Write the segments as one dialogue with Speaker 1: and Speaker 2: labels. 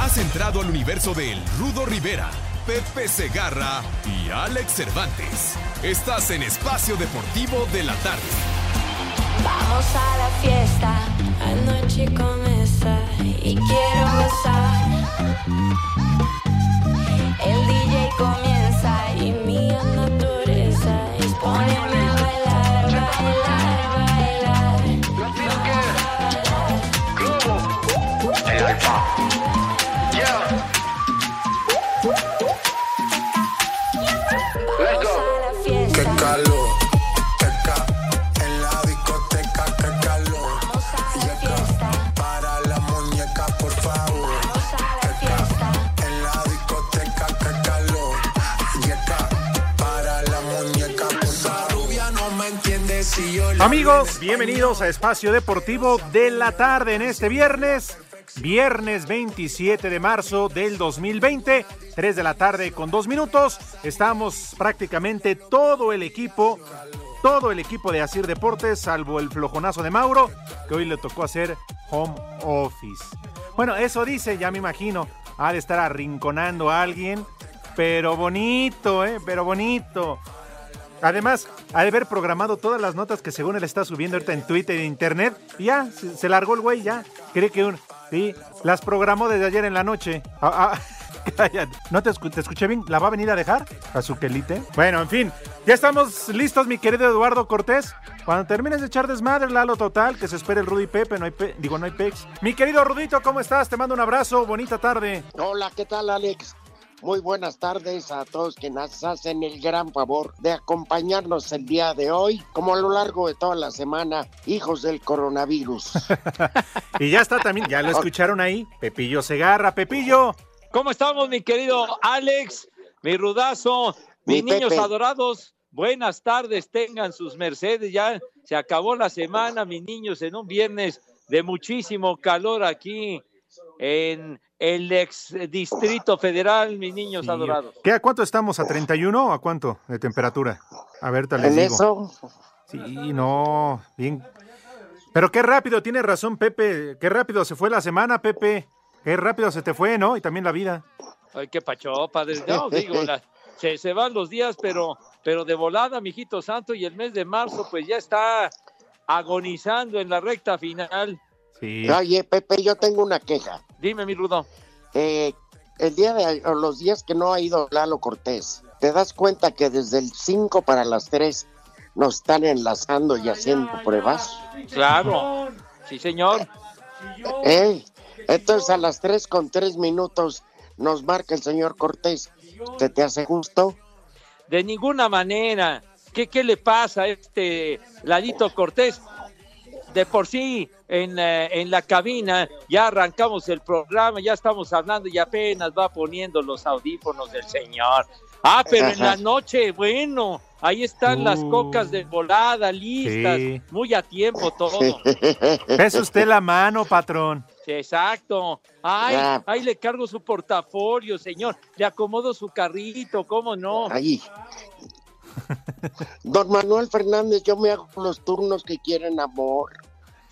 Speaker 1: Has entrado al universo de El Rudo Rivera, Pepe Segarra y Alex Cervantes. Estás en Espacio Deportivo de la Tarde.
Speaker 2: Vamos a la fiesta, anoche comienza y quiero gozar. El DJ comienza y mi naturaleza es ponerme a bailar, bailar, bailar. Vamos a la fiesta.
Speaker 3: Qué calor, qué ca- en la discoteca, qué calor.
Speaker 2: Vamos a la
Speaker 3: Yeca,
Speaker 2: fiesta.
Speaker 3: para la muñeca, por favor.
Speaker 2: Vamos a la
Speaker 3: Qué ca-
Speaker 2: fiesta.
Speaker 3: en la discoteca, qué calor. Yeca, para la muñeca, por favor. rubia no me entiende si yo le
Speaker 4: Amigos, bienvenidos a Espacio Deportivo de la Tarde en este viernes. Viernes 27 de marzo del 2020, 3 de la tarde con 2 minutos. Estamos prácticamente todo el equipo, todo el equipo de Asir Deportes, salvo el flojonazo de Mauro, que hoy le tocó hacer home office. Bueno, eso dice, ya me imagino, ha de estar arrinconando a alguien, pero bonito, ¿eh? Pero bonito. Además, ha de haber programado todas las notas que según él está subiendo ahorita en Twitter e Internet. Y ya, se, se largó el güey, ya. Cree que un... Sí, las programó desde ayer en la noche. Ah, ah, cállate. ¿No te, escu- te escuché bien? ¿La va a venir a dejar? ¿A su quelite? Bueno, en fin. Ya estamos listos, mi querido Eduardo Cortés. Cuando termines de echar desmadre, Lalo Total, que se espere el Rudy Pepe, no hay pe- digo, no hay pex. Mi querido Rudito, ¿cómo estás? Te mando un abrazo, bonita tarde.
Speaker 5: Hola, ¿qué tal, Alex? Muy buenas tardes a todos que nos hacen el gran favor de acompañarnos el día de hoy, como a lo largo de toda la semana, hijos del coronavirus.
Speaker 4: Y ya está también, ya lo escucharon ahí, Pepillo Segarra. Pepillo,
Speaker 6: ¿Cómo estamos, mi querido Alex? Mi rudazo, mis
Speaker 5: Mi
Speaker 6: niños
Speaker 5: Pepe.
Speaker 6: adorados. Buenas tardes, tengan sus mercedes. Ya se acabó la semana, mis niños, en un viernes de muchísimo calor aquí en el ex Distrito Federal, mis niños adorados.
Speaker 4: ¿Qué, ¿A cuánto estamos? ¿A 31 o a cuánto de temperatura? A ver, tal les
Speaker 5: en
Speaker 4: digo.
Speaker 5: eso,
Speaker 4: Sí, no, bien. Pero qué rápido, tiene razón Pepe. Qué rápido se fue la semana, Pepe. Qué rápido se te fue, ¿no? Y también la vida.
Speaker 6: Ay, qué pacho, padre. No, digo, la- se, se van los días, pero, pero de volada, mijito santo, y el mes de marzo, pues ya está agonizando en la recta final.
Speaker 4: Sí.
Speaker 5: oye, Pepe, yo tengo una queja.
Speaker 6: Dime, mi rudo.
Speaker 5: Eh, el día de o los días que no ha ido Lalo Cortés, ¿te das cuenta que desde el 5 para las 3 nos están enlazando y haciendo pruebas?
Speaker 6: Claro. Sí, señor.
Speaker 5: Ey, Entonces a las 3 con 3 minutos nos marca el señor Cortés. ¿Se te hace justo?
Speaker 6: De ninguna manera. ¿Qué, qué le pasa a este Ladito Cortés? De por sí, en, la- en la cabina, ya arrancamos el programa, ya estamos hablando y apenas va poniendo los audífonos del señor. Ah, pero en la
Speaker 5: Ajá.
Speaker 6: noche, bueno, ahí están las
Speaker 4: Uh.
Speaker 6: cocas de volada, listas,
Speaker 4: Sí.
Speaker 6: muy a tiempo todo.
Speaker 5: eh,
Speaker 4: Pese usted la mano, patrón.
Speaker 6: Sí, Exacto. Ay,
Speaker 5: Ya.
Speaker 6: ahí le cargo su portafolio, señor. Le acomodo su carrito, ¿cómo no?
Speaker 5: Ahí. Don Manuel Fernández, yo me hago los turnos que quieren amor.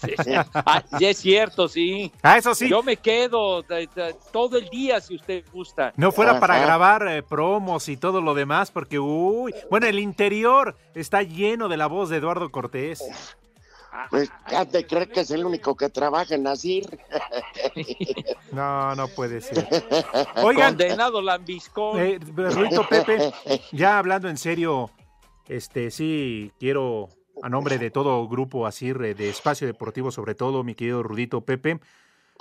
Speaker 6: Sí, sí. Ah, sí, es cierto, sí.
Speaker 4: Ah, eso sí.
Speaker 6: Yo me quedo eh, eh, todo el día si usted gusta.
Speaker 4: No fuera para
Speaker 5: Ajá.
Speaker 4: grabar eh, promos y todo lo demás, porque, uy. Bueno, el interior está lleno de la voz de Eduardo Cortés.
Speaker 5: Pues, ¿ya te crees que es el único que trabaja en Asir?
Speaker 4: No, no puede ser. Oigan,
Speaker 6: Condenado lambiscón.
Speaker 4: eh, Rudito Pepe, ya hablando en serio, este sí quiero a nombre de todo grupo así re- de Espacio Deportivo, sobre todo mi querido Rudito Pepe,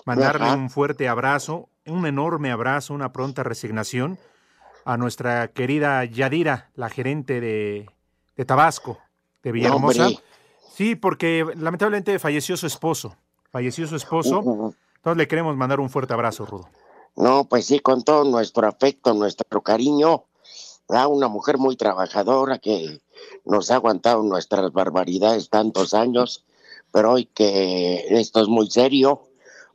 Speaker 4: mandarle
Speaker 5: Ajá.
Speaker 4: un fuerte abrazo, un enorme abrazo, una pronta resignación a nuestra querida Yadira, la gerente de, de Tabasco, de Villahermosa.
Speaker 5: Hombre.
Speaker 4: Sí, porque lamentablemente falleció su esposo. Falleció su
Speaker 5: Uh,
Speaker 4: esposo. Entonces le queremos mandar un fuerte abrazo, Rudo.
Speaker 5: No, pues sí, con todo nuestro afecto, nuestro cariño. A una mujer muy trabajadora que nos ha aguantado nuestras barbaridades tantos años, pero hoy que esto es muy serio,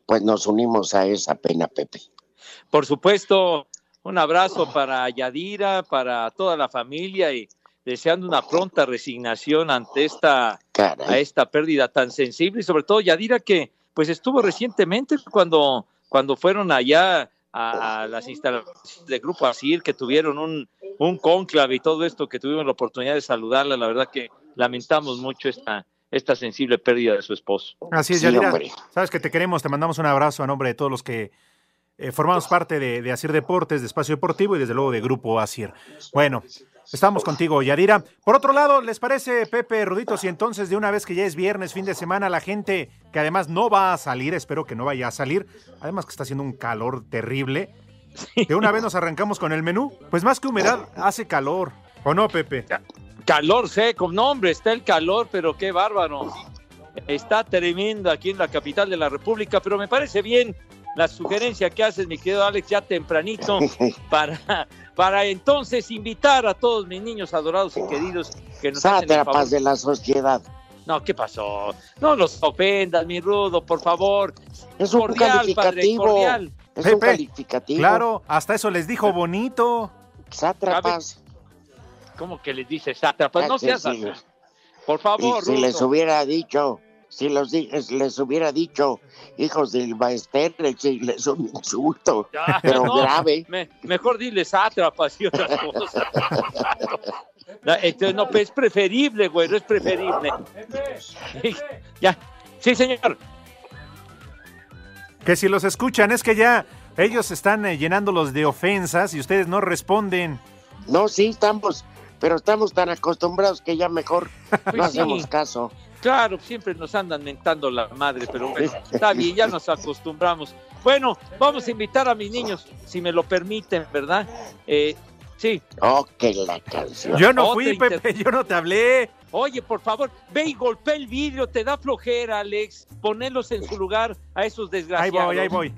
Speaker 5: pues nos unimos a esa pena, Pepe.
Speaker 6: Por supuesto, un abrazo para Yadira, para toda la familia y deseando una pronta resignación ante esta a
Speaker 5: Caray.
Speaker 6: esta pérdida tan sensible y sobre todo Yadira que pues estuvo recientemente cuando cuando fueron allá a, a las instalaciones del grupo Asir que tuvieron un un cónclave y todo esto que tuvimos la oportunidad de saludarla la verdad que lamentamos mucho esta esta sensible pérdida de su esposo
Speaker 4: Así es,
Speaker 5: Sí,
Speaker 4: Yadira.
Speaker 5: hombre.
Speaker 4: Sabes que te queremos, te mandamos un abrazo a nombre de todos los que eh, formamos parte de, de Asir Deportes, de Espacio Deportivo y desde luego de Grupo Asir. Bueno, estamos contigo, Yadira. Por otro lado, ¿les parece, Pepe Rudito, si entonces de una vez que ya es viernes, fin de semana, la gente que además no va a salir, espero que no vaya a salir, además que está haciendo un calor terrible, de una vez nos arrancamos con el menú? Pues más que humedad, hace calor. ¿O no, Pepe?
Speaker 6: calor seco no hombre está el calor pero qué bárbaro está tremendo aquí en la capital de la República pero me parece bien la sugerencia que haces mi querido Alex ya tempranito para, para entonces invitar a todos mis niños adorados y queridos que nos hacen el favor.
Speaker 5: Sátrapas de la sociedad.
Speaker 6: No, ¿qué pasó? No los ofendas, mi rudo, por favor.
Speaker 5: Es un
Speaker 6: Cordial, padre,
Speaker 5: calificativo.
Speaker 6: cordial.
Speaker 5: Es un
Speaker 4: Pepe,
Speaker 5: calificativo.
Speaker 4: Claro, hasta eso les dijo bonito.
Speaker 5: Sátrapas.
Speaker 6: ¿Cómo que les dices sátrapas?
Speaker 5: Ah,
Speaker 6: pues No
Speaker 5: que
Speaker 6: seas
Speaker 5: sí.
Speaker 6: así. Por favor,
Speaker 5: y si
Speaker 6: rudo.
Speaker 5: les hubiera dicho, si los di- les hubiera dicho, hijos del Baester, si les un insulto,
Speaker 6: Ah,
Speaker 5: pero
Speaker 6: no,
Speaker 5: grave.
Speaker 6: me- mejor diles sátrapas y otras cosas. No, Entonces, no, pues, es preferible, güey, no es preferible. ya. Sí, señor.
Speaker 4: Que si los escuchan es que ya ellos están eh, llenándolos de ofensas y ustedes no responden.
Speaker 5: No, sí, estamos, pero estamos tan acostumbrados que ya mejor
Speaker 6: Pues
Speaker 5: no
Speaker 6: sí.
Speaker 5: hacemos caso.
Speaker 6: Claro, siempre nos andan mentando la madre, pero bueno, está bien, ya nos acostumbramos. Bueno, vamos a invitar a mis niños, si me lo permiten, ¿verdad? Eh, sí,
Speaker 5: Oh, que la canción.
Speaker 4: Yo no
Speaker 6: Oh,
Speaker 4: fui,
Speaker 6: te inter-
Speaker 4: Pepe, yo no te hablé.
Speaker 6: oye, por favor, ve y golpea el vidrio, te da flojera, Alex, ponerlos en su lugar a esos
Speaker 4: Ahí
Speaker 6: desgraciados.
Speaker 4: voy, ahí voy.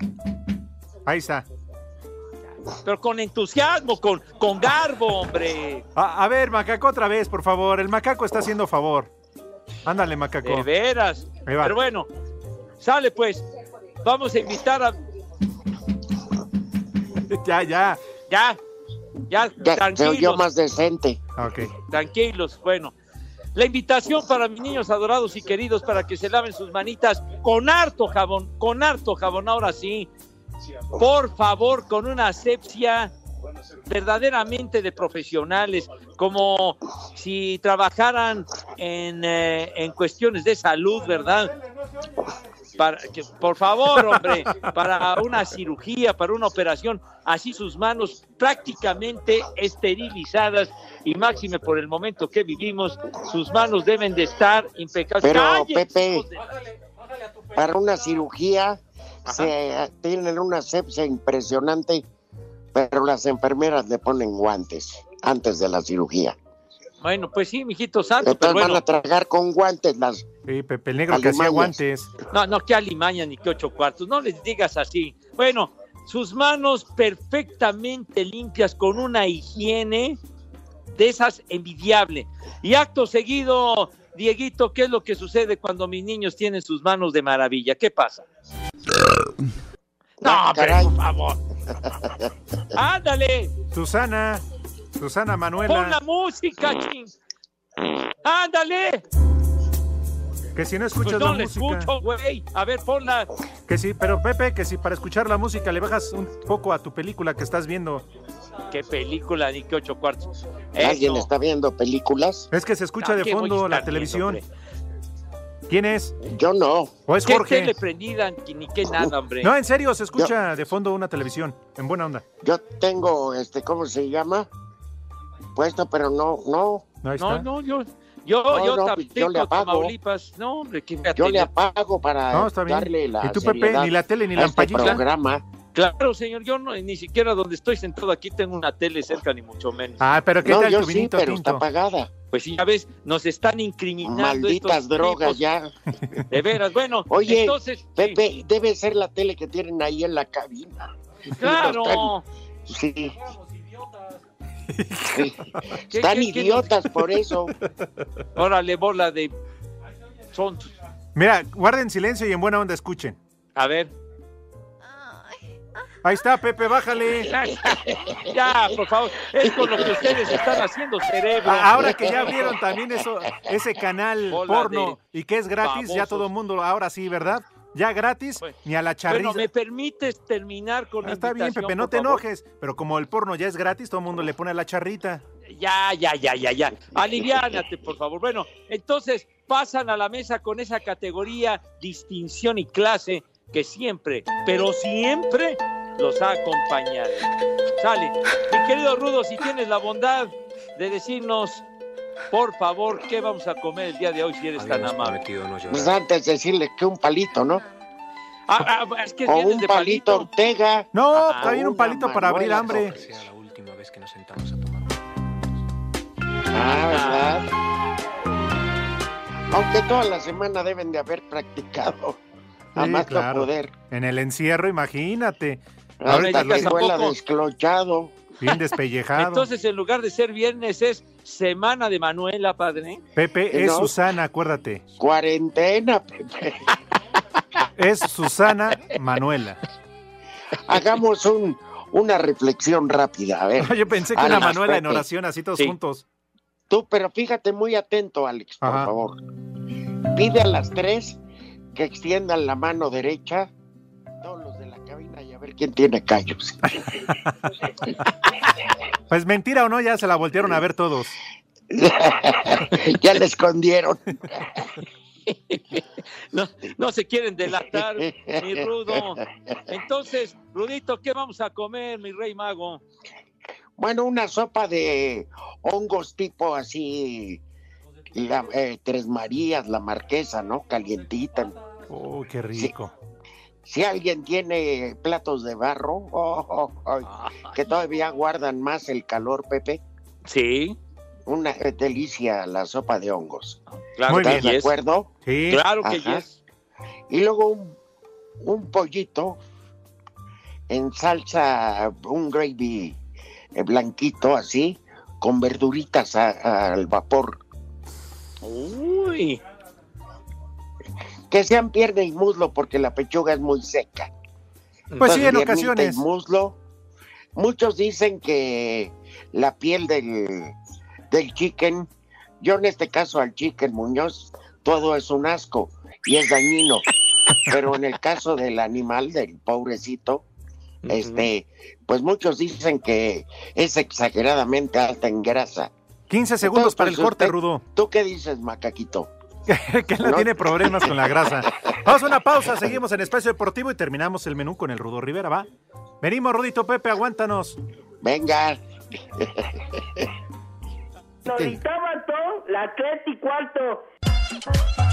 Speaker 4: Ahí está.
Speaker 6: Pero con entusiasmo, con, con garbo, hombre.
Speaker 4: A, a ver, macaco, otra vez, por favor. El macaco está haciendo favor. Ándale, macaco.
Speaker 6: De veras.
Speaker 4: Ahí va.
Speaker 6: Pero bueno, sale pues. Vamos a invitar a.
Speaker 4: Ya, ya.
Speaker 6: Ya,
Speaker 5: Ya,
Speaker 6: ya,
Speaker 5: se oyó
Speaker 6: tranquilos.
Speaker 5: más decente.
Speaker 4: Ah, Ok.
Speaker 6: tranquilos. Bueno, la invitación para mis niños adorados y queridos para que se laven sus manitas con harto jabón, con harto jabón, ahora sí. Por favor, con una asepsia verdaderamente de profesionales, como si trabajaran en, eh, en cuestiones de salud, ¿verdad? Para que, por favor, hombre, para una cirugía, para una operación, así sus manos prácticamente esterilizadas y máxime por el momento que vivimos, sus manos deben de estar impecables.
Speaker 5: Pero,
Speaker 6: ¡Cállense,
Speaker 5: Pepe,
Speaker 6: hijos de-
Speaker 5: Para una cirugía
Speaker 6: Ajá.
Speaker 5: se eh, tienen una sepsia impresionante, pero las enfermeras le ponen guantes antes de la cirugía.
Speaker 6: Bueno, pues sí, mijito santo, pero
Speaker 5: Entonces van
Speaker 6: bueno,
Speaker 5: a tragar con guantes las
Speaker 4: Sí, Pepe, el negro que hacía
Speaker 5: Alimañas.
Speaker 4: guantes.
Speaker 6: no, no, que alimaña ni que ocho cuartos, no les digas así. Bueno, sus manos perfectamente limpias con una higiene de esas envidiable. Y acto seguido, Dieguito, ¿qué es lo que sucede cuando mis niños tienen sus manos de maravilla? ¿Qué pasa? No,
Speaker 5: Ah,
Speaker 6: pero
Speaker 5: caray.
Speaker 6: por favor. Ándale,
Speaker 4: Susana. Susana
Speaker 6: pon la
Speaker 4: Manuela.
Speaker 6: música, ching. Ándale.
Speaker 4: Que si no
Speaker 6: Pues
Speaker 4: escuchas
Speaker 6: no
Speaker 4: la
Speaker 6: le
Speaker 4: música.
Speaker 6: escucho, güey. A ver, ponla.
Speaker 4: Que sí, pero Pepe, que si para escuchar la música le bajas un poco a tu película que estás viendo.
Speaker 6: Qué película, ni qué ocho cuartos.
Speaker 5: ¿Alguien
Speaker 6: Eso.
Speaker 5: está viendo películas?
Speaker 4: Es que se escucha
Speaker 6: No,
Speaker 4: de
Speaker 6: Ah, ¿qué voy a
Speaker 4: fondo
Speaker 6: estar
Speaker 4: la televisión.
Speaker 6: viendo, hombre?
Speaker 4: ¿Quién es?
Speaker 5: Yo no.
Speaker 4: ¿O es
Speaker 6: ¿Qué
Speaker 4: Jorge?
Speaker 6: tele prendida ni- ni qué nada, hombre?
Speaker 4: No, en serio, se escucha de fondo una televisión. En buena onda.
Speaker 5: Yo tengo, este, ¿cómo se llama? Puesto, pero no, no.
Speaker 4: No, ahí
Speaker 6: No,
Speaker 4: está.
Speaker 6: no, yo, yo,
Speaker 5: No, no,
Speaker 6: yo,
Speaker 5: pues,
Speaker 6: Tampico,
Speaker 5: yo le apago.
Speaker 6: Tamaulipas, no, hombre, que
Speaker 5: Yo le apago para
Speaker 4: No, está bien.
Speaker 5: darle la
Speaker 4: ¿Y tú, Pepe?
Speaker 5: seriedad
Speaker 4: Ni la tele ni
Speaker 5: a
Speaker 4: la
Speaker 5: este
Speaker 4: ampallita.
Speaker 5: programa.
Speaker 6: Claro, señor, yo no, ni siquiera donde estoy sentado aquí tengo una tele cerca, ni mucho menos.
Speaker 4: Ah, pero ¿qué
Speaker 5: No,
Speaker 4: tal
Speaker 5: yo
Speaker 4: tu
Speaker 5: sí,
Speaker 4: vinito
Speaker 5: pero está
Speaker 4: tinto?
Speaker 5: apagada.
Speaker 6: Pues sí, ya ves, nos están incriminando
Speaker 5: Malditas
Speaker 6: estos
Speaker 5: drogas
Speaker 6: tipos,
Speaker 5: ya.
Speaker 6: De veras, bueno,
Speaker 5: Oye,
Speaker 6: entonces, sí,
Speaker 5: Pepe, debe ser la tele que tienen ahí en la cabina.
Speaker 6: claro,
Speaker 5: Sí.
Speaker 6: ¿Qué-
Speaker 5: Están
Speaker 6: qué- qué-
Speaker 5: idiotas por eso.
Speaker 6: órale, bola de tontos.
Speaker 4: Mira, guarden silencio y en buena onda escuchen.
Speaker 6: A ver,
Speaker 4: Ahí está, Pepe, bájale.
Speaker 6: ya, ya, por favor, es con lo que ustedes están haciendo cerebro.
Speaker 4: A- Ahora que ya abrieron también eso, ese canal
Speaker 6: Bola
Speaker 4: porno y que es gratis, ya
Speaker 6: babosos. Pues,
Speaker 4: todo el mundo, ahora sí, ¿verdad? Ya gratis,
Speaker 6: Bueno,
Speaker 4: ni a la charrita.
Speaker 6: Bueno, ¿me permites terminar con
Speaker 4: Ah,
Speaker 6: la
Speaker 4: está bien,
Speaker 6: invitación,
Speaker 4: Pepe, no
Speaker 6: por
Speaker 4: te
Speaker 6: favor?
Speaker 4: enojes. Pero como el porno ya es gratis, todo el mundo le pone la charrita.
Speaker 6: Ya, ya, ya, ya, ya. Aliviánate, por favor. Bueno, entonces pasan a la mesa con esa categoría, distinción y clase que siempre, pero siempre los ha acompañado. Sale. Mi querido Rudo, si tienes la bondad de decirnos, por favor, qué vamos a comer el día de hoy si eres tan amable.
Speaker 5: Pues antes decirle que un palito, ¿no?
Speaker 6: Ah, ah, es que
Speaker 5: O
Speaker 6: vienes
Speaker 5: un
Speaker 6: de
Speaker 5: palito
Speaker 6: palito.
Speaker 5: Ortega.
Speaker 4: No,
Speaker 6: Ah,
Speaker 4: está bien un
Speaker 5: una
Speaker 4: palito para abrir
Speaker 5: manuela,
Speaker 4: hambre.
Speaker 5: Ah, ¿verdad? Aunque toda la semana deben de haber practicado. A
Speaker 4: Sí,
Speaker 5: más no
Speaker 4: claro.
Speaker 5: poder.
Speaker 4: En el encierro, imagínate.
Speaker 6: No
Speaker 5: Ahorita
Speaker 6: me digas
Speaker 5: que vuela
Speaker 6: tampoco.
Speaker 5: desclochado.
Speaker 4: Bien despellejado.
Speaker 6: Entonces, en lugar de ser viernes, es semana de Manuela, padre.
Speaker 4: Pepe,
Speaker 5: ¿Y
Speaker 4: es
Speaker 5: no?
Speaker 4: Susana, acuérdate.
Speaker 5: Cuarentena, Pepe.
Speaker 4: Es Susana Manuela.
Speaker 5: Hagamos un, una reflexión rápida. A ver,
Speaker 4: Yo pensé que
Speaker 5: A
Speaker 4: una
Speaker 5: las
Speaker 4: Manuela en
Speaker 5: Pepe.
Speaker 4: oración, así todos
Speaker 6: Sí.
Speaker 4: juntos.
Speaker 5: tú, pero fíjate muy atento, Alex, por
Speaker 4: Ajá.
Speaker 5: favor. Pide a las tres que extiendan la mano derecha. Todos los de la cabina y a ver quién tiene callos.
Speaker 4: Pues mentira o no, ya se la voltearon a ver todos.
Speaker 5: ya le escondieron.
Speaker 6: No, no se quieren delatar, mi Rudo. Entonces, Rudito, ¿qué vamos a comer, mi rey mago?
Speaker 5: Bueno, una sopa de hongos tipo así, la, eh, Tres Marías, la Marquesa, ¿no? Calientita.
Speaker 4: Oh, qué rico.
Speaker 5: Si alguien tiene platos de barro, oh, oh, oh, que todavía guardan más el calor, Pepe,
Speaker 6: Sí,
Speaker 5: una eh, delicia la sopa de hongos.
Speaker 6: claro
Speaker 4: Muy
Speaker 5: ¿Estás
Speaker 6: que
Speaker 4: bien.
Speaker 5: de
Speaker 6: yes.
Speaker 5: acuerdo?
Speaker 4: Sí.
Speaker 6: Claro que
Speaker 5: Ajá.
Speaker 6: yes.
Speaker 5: Y luego un, un pollito en salsa, un gravy eh, blanquito así, con verduritas a- al vapor.
Speaker 6: Uy,
Speaker 5: que sean pierna y muslo porque la pechuga es muy seca.
Speaker 4: Pues sí, en
Speaker 5: Entonces, piernita
Speaker 4: ocasiones.
Speaker 5: y muslo. Muchos dicen que la piel del, del chicken, yo en este caso al chicken Muñoz, todo es un asco y es dañino. Pero en el caso del animal, del pobrecito, este, pues muchos dicen que es exageradamente alta en grasa.
Speaker 4: 15 segundos
Speaker 5: Entonces, pues,
Speaker 4: para el corte,
Speaker 5: usted-
Speaker 4: Rudo.
Speaker 5: ¿Tú qué dices, macaquito?
Speaker 4: que él no
Speaker 5: ¿No?
Speaker 4: tiene problemas con la grasa. Vamos a una pausa, seguimos en Espacio Deportivo y terminamos el menú con el Rudo Rivera, ¿va? Venimos, Rudito Pepe, aguántanos.
Speaker 5: Venga.
Speaker 7: Solitabato, la tres y cuarto.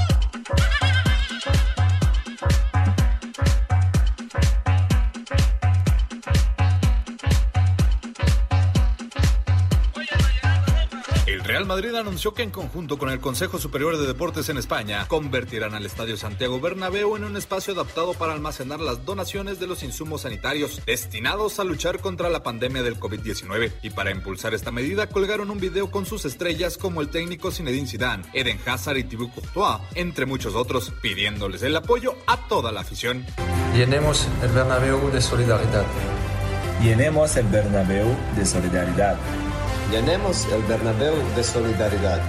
Speaker 8: El Real Madrid anunció que en conjunto con el Consejo Superior de Deportes en España convertirán al Estadio Santiago Bernabéu en un espacio adaptado para almacenar las donaciones de los insumos sanitarios destinados a luchar contra la pandemia del COVID-19 y para impulsar esta medida colgaron un video con sus estrellas como el técnico Zinedine Zidane, Eden Hazard y Thibaut Courtois, entre muchos otros, pidiéndoles el apoyo a toda la afición.
Speaker 9: Llenemos el Bernabéu de solidaridad. Llenemos el Bernabéu de solidaridad. Llenemos el Bernabéu de solidaridad.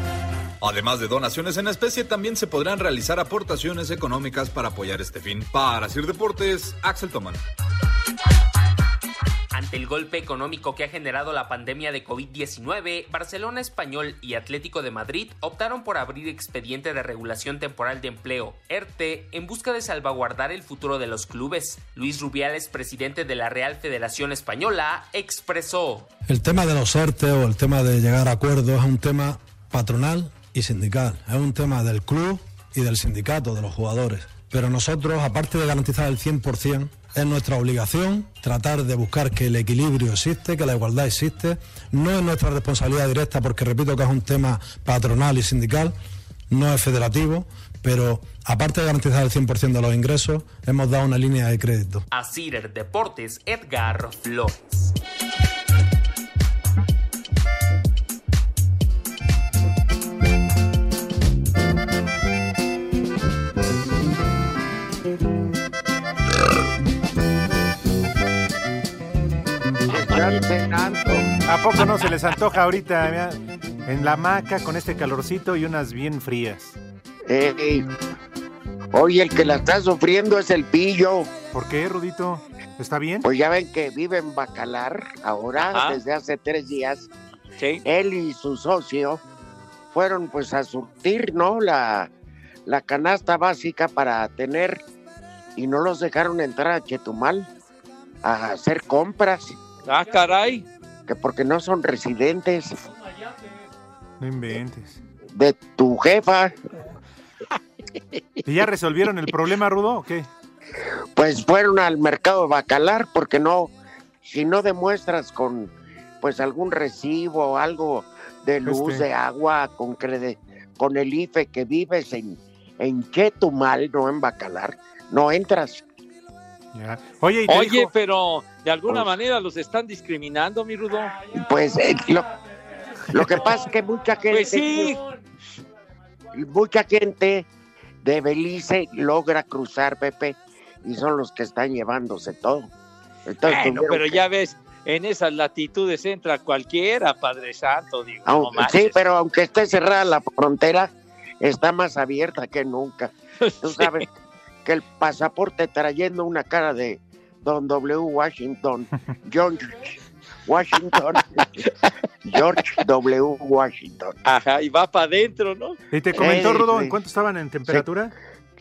Speaker 8: Además de donaciones en especie, también se podrán realizar aportaciones económicas para apoyar este fin. Para Sir Deportes, Axel Toman.
Speaker 10: Ante el golpe económico que ha generado la pandemia de COVID-19, Barcelona Español y Atlético de Madrid optaron por abrir expediente de regulación temporal de empleo, ERTE, en busca de salvaguardar el futuro de los clubes. Luis Rubiales, presidente de la Real Federación Española, expresó.
Speaker 11: El tema de los ERTE o el tema de llegar a acuerdos es un tema patronal y sindical. Es un tema del club y del sindicato, de los jugadores. Pero nosotros, aparte de garantizar el 100%, es nuestra obligación tratar de buscar que el equilibrio existe, que la igualdad existe. No es nuestra responsabilidad directa porque, repito, que es un tema patronal y sindical, no es federativo, pero aparte de garantizar el 100% de los ingresos, hemos dado una línea de crédito.
Speaker 10: A Cider Deportes, Edgar Flores.
Speaker 4: ¿A poco no se les antoja ahorita mira, en la hamaca con este calorcito y unas bien frías?
Speaker 5: Ey, oye, el que la está sufriendo es el pillo.
Speaker 4: ¿Por qué, Rudito? ¿Está bien?
Speaker 5: Pues ya ven que vive en Bacalar ahora,
Speaker 4: Ajá.
Speaker 5: desde hace tres días. Él y su socio fueron pues a surtir, ¿no? La, la canasta básica para tener y no los dejaron entrar a Chetumal a hacer compras.
Speaker 6: Ah, caray.
Speaker 5: Que porque no son residentes
Speaker 4: No inventes.
Speaker 5: de tu jefa.
Speaker 4: ¿Y ya resolvieron el problema, Rudo, o qué?
Speaker 5: pues fueron al mercado de Bacalar porque no, si no demuestras con pues algún recibo, o algo de luz,
Speaker 4: Este.
Speaker 5: de agua, con crede- con el IFE que vives en, en Chetumal, no en Bacalar, no entras.
Speaker 4: Oye,
Speaker 6: Oye, pero de alguna manera los están discriminando, mi Rudo.
Speaker 5: Pues eh, lo, lo que pasa es que mucha gente,
Speaker 6: Pues sí.
Speaker 5: mucha gente de Belice logra cruzar, Pepe, y son los que están llevándose todo. Entonces,
Speaker 6: Bueno,
Speaker 5: tuvieron
Speaker 6: pero
Speaker 5: que-
Speaker 6: ya ves, en esas latitudes entra cualquiera, Padre Santo, digo. no
Speaker 5: Aunque-
Speaker 6: manches.
Speaker 5: Ah, sí, pues. pero aunque esté cerrada la frontera, está más abierta que nunca. Tú sabes que el pasaporte trayendo una cara de Don W. Washington, John Washington, George W. Washington.
Speaker 6: Ajá, y va para adentro, ¿no?
Speaker 4: ¿Y te comentó,
Speaker 5: Eh,
Speaker 4: Rudo, en
Speaker 5: eh.
Speaker 4: cuánto estaban en temperatura?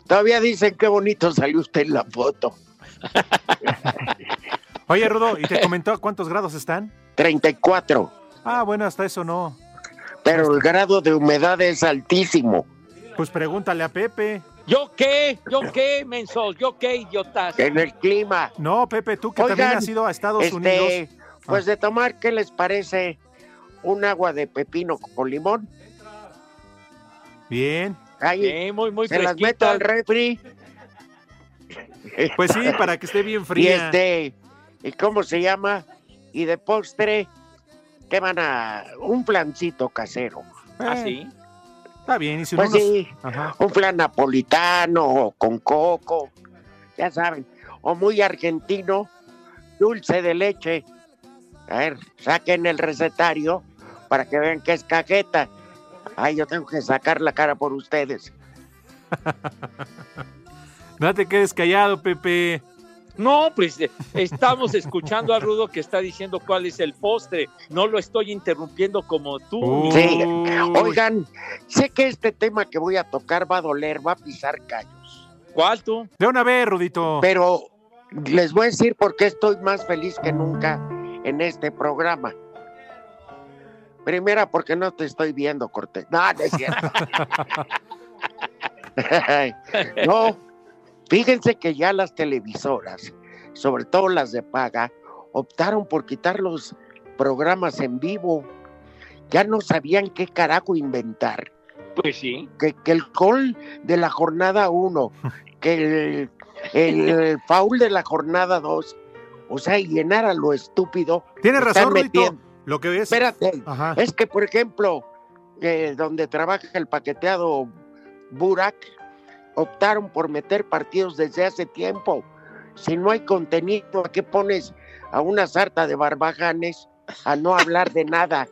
Speaker 5: Todavía dicen qué bonito salió usted en la foto.
Speaker 4: Oye, Rudo, ¿y te comentó a cuántos grados están?
Speaker 5: 34,
Speaker 4: Ah, bueno, hasta eso no.
Speaker 5: pero el grado de humedad es altísimo.
Speaker 4: Pues pregúntale a Pepe.
Speaker 6: ¿Yo qué? ¿Yo qué, menso? ¿Yo qué, idiotas?
Speaker 5: En el clima.
Speaker 4: No, Pepe, tú que también
Speaker 5: Oigan,
Speaker 4: has ido a Estados
Speaker 5: este,
Speaker 4: Unidos. Ah.
Speaker 5: Pues de tomar, ¿qué les parece? Un agua de pepino con limón.
Speaker 4: Bien.
Speaker 5: Ahí
Speaker 6: Bien, muy, muy
Speaker 5: se las
Speaker 6: fresquita.
Speaker 5: meto al refri.
Speaker 4: Pues sí, para que esté bien
Speaker 5: Y
Speaker 4: fría.
Speaker 5: este, ¿y cómo se llama? Y de postre, ¿qué van a? Un flancito casero.
Speaker 6: ¿Ah, sí?
Speaker 4: Eh, Está bien, y si
Speaker 5: Pues
Speaker 4: no nos-
Speaker 5: sí,
Speaker 4: Ajá.
Speaker 5: un flan napolitano o con coco, ya saben, o muy argentino, dulce de leche. A ver, saquen el recetario para que vean que es cajeta. Ay, yo tengo que sacar la cara por ustedes.
Speaker 4: No te quedes callado, Pepe.
Speaker 6: No, pues eh, estamos escuchando a Rudo que está diciendo cuál es el postre. No lo estoy interrumpiendo como tú. mi
Speaker 5: Uh. Sí.
Speaker 6: Rudo.
Speaker 5: Oigan, sé que este tema que voy a tocar va a doler, va a pisar callos.
Speaker 6: ¿Cuál tú?
Speaker 4: De una vez, Rudito.
Speaker 5: Pero les voy a decir por qué estoy más feliz que nunca en este programa. Primera, porque no te estoy viendo, Cortés. No, no es cierto. no, fíjense que ya las televisoras, sobre todo las de paga, optaron por quitar los programas en vivo. Ya no sabían qué carajo inventar
Speaker 6: Pues sí.
Speaker 5: que, que el gol de la jornada 1, que el, el foul de la jornada 2, o sea, llenar a lo estúpido.
Speaker 4: Tienes
Speaker 5: están
Speaker 4: razón, Rudito.
Speaker 5: metiendo.
Speaker 4: Lo que ves.
Speaker 5: Espérate,
Speaker 4: Ajá.
Speaker 5: es que por ejemplo, eh, donde trabaja el paqueteado Burak, optaron por meter partidos desde hace tiempo. Si no hay contenido, ¿a qué pones a una sarta de barbajanes a no hablar de nada?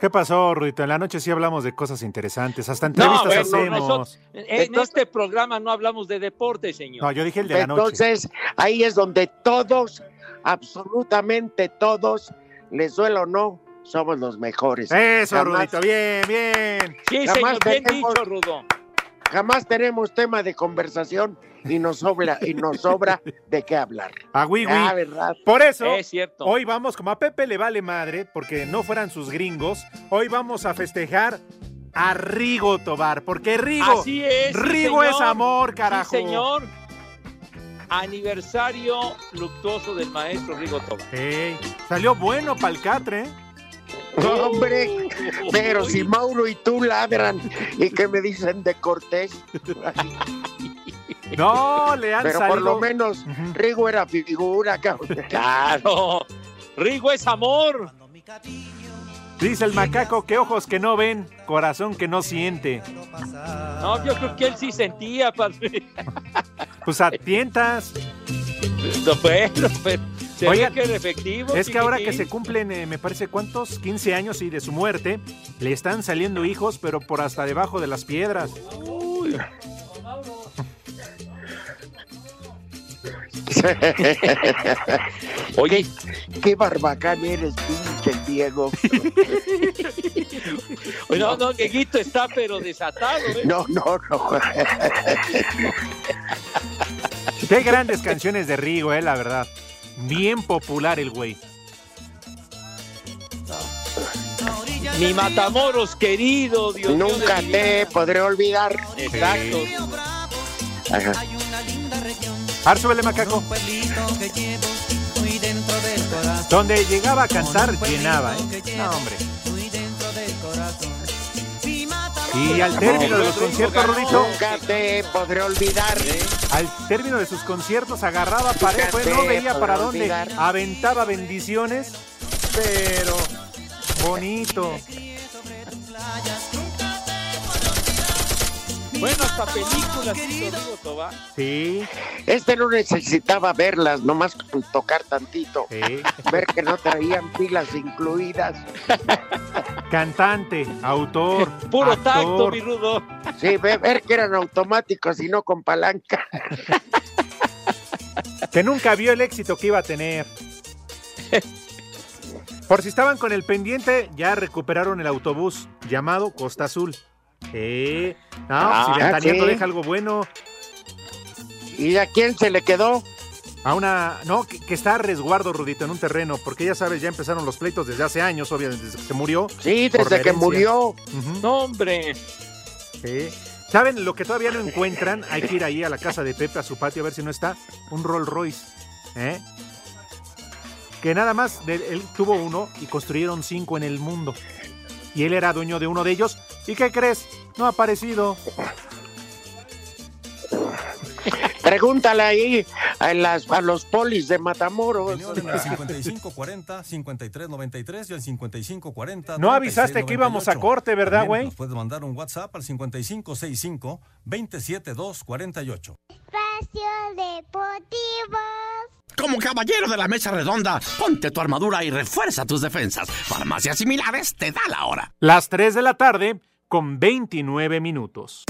Speaker 4: ¿Qué pasó, Rudito? En la noche sí hablamos de cosas interesantes. Hasta entrevistas
Speaker 6: bueno,
Speaker 4: hacemos.
Speaker 6: nosotros- en este programa no hablamos de deporte, señor.
Speaker 4: No, yo dije el de la noche.
Speaker 5: Entonces, ahí es donde todos absolutamente todos, les duele o no, somos los mejores.
Speaker 4: Eso,
Speaker 5: Jamás-
Speaker 4: Rudito, bien, bien.
Speaker 5: Sí, señor, bien dicho,
Speaker 6: Rudo.
Speaker 5: Jamás tenemos tema de conversación y nos sobra, y nos sobra de qué hablar.
Speaker 4: A Wiwi.
Speaker 5: Ah, verdad.
Speaker 4: Por eso,
Speaker 5: Es cierto.
Speaker 4: hoy vamos, como a Pepe le vale madre, porque no fueran sus gringos, hoy vamos a festejar a Rigo Tobar, porque Rigo,
Speaker 6: Así es. sí,
Speaker 4: Rigo es
Speaker 6: señor.
Speaker 4: amor,
Speaker 6: Sí,
Speaker 4: carajo.
Speaker 6: señor. Aniversario luctuoso del maestro Rigo Tobar.
Speaker 4: Ey, salió bueno para el catre. ¿eh?
Speaker 5: No, hombre, pero si Mauro y tú ladran y que me dicen de Cortés.
Speaker 4: No, le han
Speaker 5: Pero por
Speaker 4: salido-
Speaker 5: lo menos Rigo era figura, cabrón.
Speaker 6: Claro, Rigo es amor.
Speaker 4: Dice el macaco que ojos que no ven, corazón que no siente.
Speaker 6: No, yo creo que él sí sentía, padre.
Speaker 4: Pues
Speaker 5: Eh,
Speaker 4: a tientas.
Speaker 6: No, pero, pero se
Speaker 4: Oigan,
Speaker 6: ve que era efectivo.
Speaker 4: Es que ahora que se
Speaker 6: chiquitín.
Speaker 4: cumplen, eh, me parece, ¿cuántos? 15 años y de su muerte, le están saliendo hijos, pero por hasta debajo de las piedras.
Speaker 6: Oye,
Speaker 5: qué barbacán eres, pinche Diego.
Speaker 6: No, no, Dieguito está pero desatado. ¿eh?
Speaker 5: No, no, no.
Speaker 4: Qué grandes canciones de Rigo, eh, la verdad. Bien popular el güey.
Speaker 6: Mi Matamoros querido, Dios mío
Speaker 5: Nunca
Speaker 6: de mi vida.
Speaker 5: te podré olvidar.
Speaker 6: Exacto.
Speaker 5: Ajá.
Speaker 4: Arzúbele, macaco. Donde llegaba a cantar, llenaba, eh. No, hombre. Y al término de los conciertos, Rudito,
Speaker 5: Nunca te podré olvidar.
Speaker 4: al término de sus conciertos, agarraba parejo, eh, no veía para dónde, aventaba bendiciones, pero bonito.
Speaker 6: Bueno, hasta películas hizo Rigo Tobar.
Speaker 4: Sí.
Speaker 5: Este no necesitaba verlas, nomás con tocar tantito. Ver que no traían pilas incluidas.
Speaker 4: Cantante, autor.
Speaker 6: Puro
Speaker 4: actor.
Speaker 6: tacto, mi Rudo.
Speaker 5: Sí, ve- ver que eran automáticos y no con palanca.
Speaker 4: que nunca vio el éxito que iba a tener. Por si estaban con el pendiente, ya recuperaron el autobús llamado Costa Azul. Eh, no,
Speaker 5: Ah,
Speaker 4: si Ventaneando
Speaker 5: sí.
Speaker 4: deja algo bueno.
Speaker 5: ¿Y a quién se le quedó?
Speaker 4: A una. No, que, que está a resguardo, Rudito, en un terreno, porque ya sabes, ya empezaron los pleitos desde hace años, obviamente, desde que se murió.
Speaker 5: Sí,
Speaker 4: por la
Speaker 5: desde que
Speaker 4: herencia.
Speaker 5: murió.
Speaker 6: No, hombre.
Speaker 4: Sí. ¿Saben lo que todavía no encuentran? Hay que ir ahí a la casa de Pepe, a su patio, a ver si no está. Un Rolls Royce. ¿eh? Que nada más, de- él tuvo uno y construyeron cinco en el mundo. Y él era dueño de uno de ellos. ¿Y qué crees? No ha aparecido.
Speaker 5: Pregúntale ahí a, las- a los polis de Matamoros.
Speaker 12: 5540 5393 y al 5540
Speaker 4: No avisaste que íbamos a corte, ¿verdad,
Speaker 12: También
Speaker 4: güey?
Speaker 12: Nos puedes mandar un WhatsApp al 5565 27248.
Speaker 13: Como caballero de la mesa redonda, ponte tu armadura y refuerza tus defensas. Farmacias similares te da la hora.
Speaker 4: Las 3 de la tarde con 29 minutos.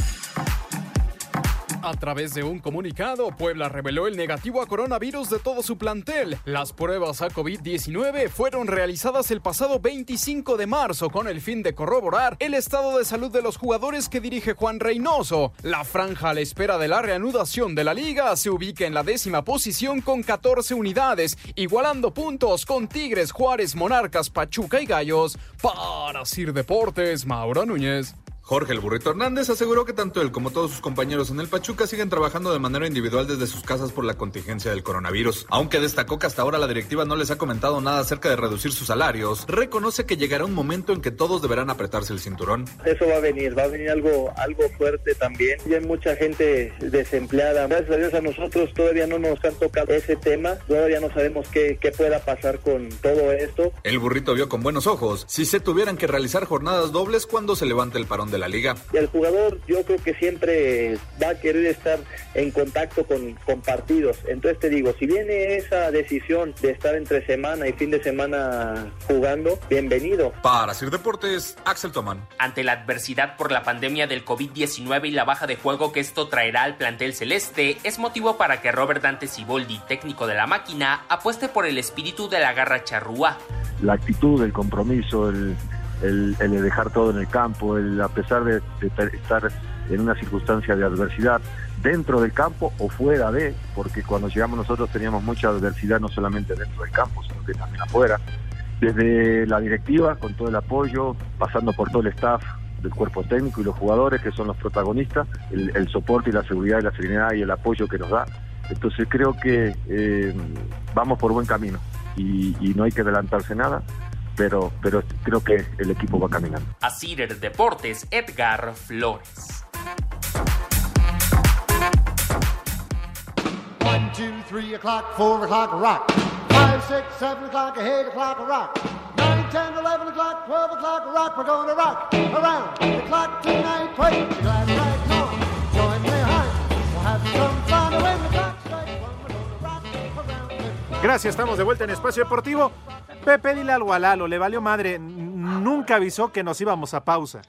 Speaker 14: A través de un comunicado, Puebla reveló el negativo a coronavirus de todo su plantel. Las pruebas a COVID-19 fueron realizadas el pasado 25 de marzo con el fin de corroborar el estado de salud de los jugadores que dirige Juan Reynoso. La franja a la espera de la reanudación de la liga se ubica en la décima posición con 14 unidades, igualando puntos con Tigres, Juárez, Monarcas, Pachuca y Gallos. Para Sir Deportes, Mauro Núñez.
Speaker 8: Jorge el Burrito Hernández aseguró que tanto él como todos sus compañeros en el Pachuca siguen trabajando de manera individual desde sus casas por la contingencia del coronavirus. Aunque destacó que hasta ahora la directiva no les ha comentado nada acerca de reducir sus salarios, reconoce que llegará un momento en que todos deberán apretarse el cinturón.
Speaker 15: Eso va a venir, va a venir algo, algo fuerte también. Ya hay mucha gente desempleada. Gracias a Dios a nosotros todavía no nos han tocado ese tema. Todavía no sabemos qué, qué pueda pasar con todo esto.
Speaker 8: El burrito vio con buenos ojos si se tuvieran que realizar jornadas dobles cuando se levante el parón de la liga.
Speaker 15: Y el jugador yo creo que siempre va a querer estar en contacto con, con partidos. Entonces te digo, si viene esa decisión de estar entre semana y fin de semana jugando, bienvenido.
Speaker 8: Para Sir Deportes, Axel Toman.
Speaker 10: Ante la adversidad por la pandemia del COVID-19 y la baja de juego que esto traerá al plantel celeste, es motivo para que Robert Dante Siboldi, técnico de la máquina, apueste por el espíritu de la garra charrúa.
Speaker 16: la actitud, el compromiso, el, el- el de dejar todo en el campo, el a pesar de, de per- estar en una circunstancia de adversidad dentro del campo o fuera de, porque cuando llegamos nosotros teníamos mucha adversidad no solamente dentro del campo, sino que también afuera. Desde la directiva, con todo el apoyo, pasando por todo el staff del cuerpo técnico y los jugadores que son los protagonistas, el, el soporte y la seguridad y la serenidad y el apoyo que nos da. Entonces creo que eh, vamos por buen camino y, y no hay que adelantarse nada, pero, pero creo que el equipo va caminando.
Speaker 10: A Cider Deportes, Edgar Flores.
Speaker 17: One, two, three o'clock, four o'clock, rock. Five, six, seven o'clock, eight o'clock, rock. Nine, ten, eleven o'clock, twelve o'clock, rock. We're going to rock around the clock tonight. Wait, you're glad right now. Join me, hon. We'll have some fun when the clock strikes one. We're gonna rock around the
Speaker 4: Gracias, estamos de vuelta en Espacio Deportivo. Pepe, dile algo a Lalo, le valió madre. n- Nunca avisó que nos íbamos a pausa.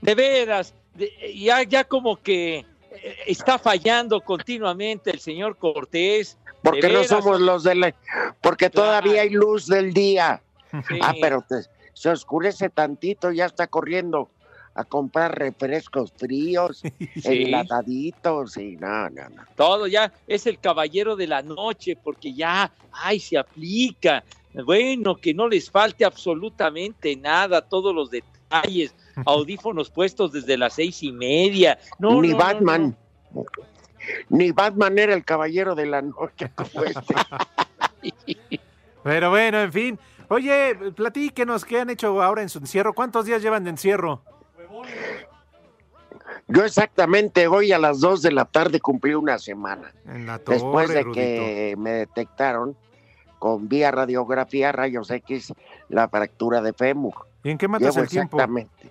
Speaker 6: De veras, de- ya, ya como que eh, está fallando continuamente el señor Cortés. De
Speaker 5: Porque no
Speaker 6: veras,
Speaker 5: somos los de la... Porque todavía hay luz del día.
Speaker 6: Sí.
Speaker 5: Ah, pero te- se oscurece tantito, ya está corriendo a comprar refrescos fríos, enlataditos y no, no, no.
Speaker 6: Todo ya es el caballero de la noche porque ya, ay, se aplica. Bueno, que no les falte absolutamente nada, todos los detalles, audífonos puestos desde las seis y media. No,
Speaker 5: Ni
Speaker 6: no, no,
Speaker 5: Batman. Ni Batman era el caballero de la noche como este.
Speaker 4: Pero bueno, en fin. Oye, platíquenos qué han hecho ahora en su encierro. ¿Cuántos días llevan de encierro?
Speaker 5: Yo exactamente hoy a las 2 de la tarde cumplí una semana.
Speaker 4: En la torre,
Speaker 5: Después de
Speaker 4: Rudito.
Speaker 5: que me detectaron con vía radiografía rayos X la fractura de fémur.
Speaker 4: ¿Y en qué matas
Speaker 5: Llevo
Speaker 4: el tiempo?
Speaker 5: Exactamente.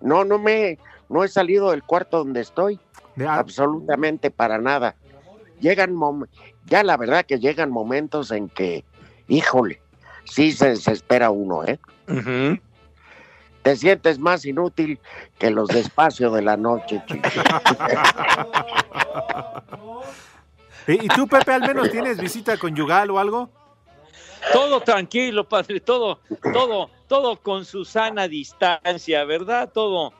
Speaker 5: No, no me, no he salido del cuarto donde estoy.
Speaker 4: Ah.
Speaker 5: Absolutamente para nada. Llegan, mom- ya la verdad que llegan momentos en que, híjole, sí se desespera uno, ¿eh? Te sientes más inútil que los despacio de la noche, chico.
Speaker 4: ¿Y, y tú, Pepe, al menos tienes visita conyugal o algo?
Speaker 6: Todo tranquilo, padre, todo, todo, todo con su sana distancia, ¿verdad? Todo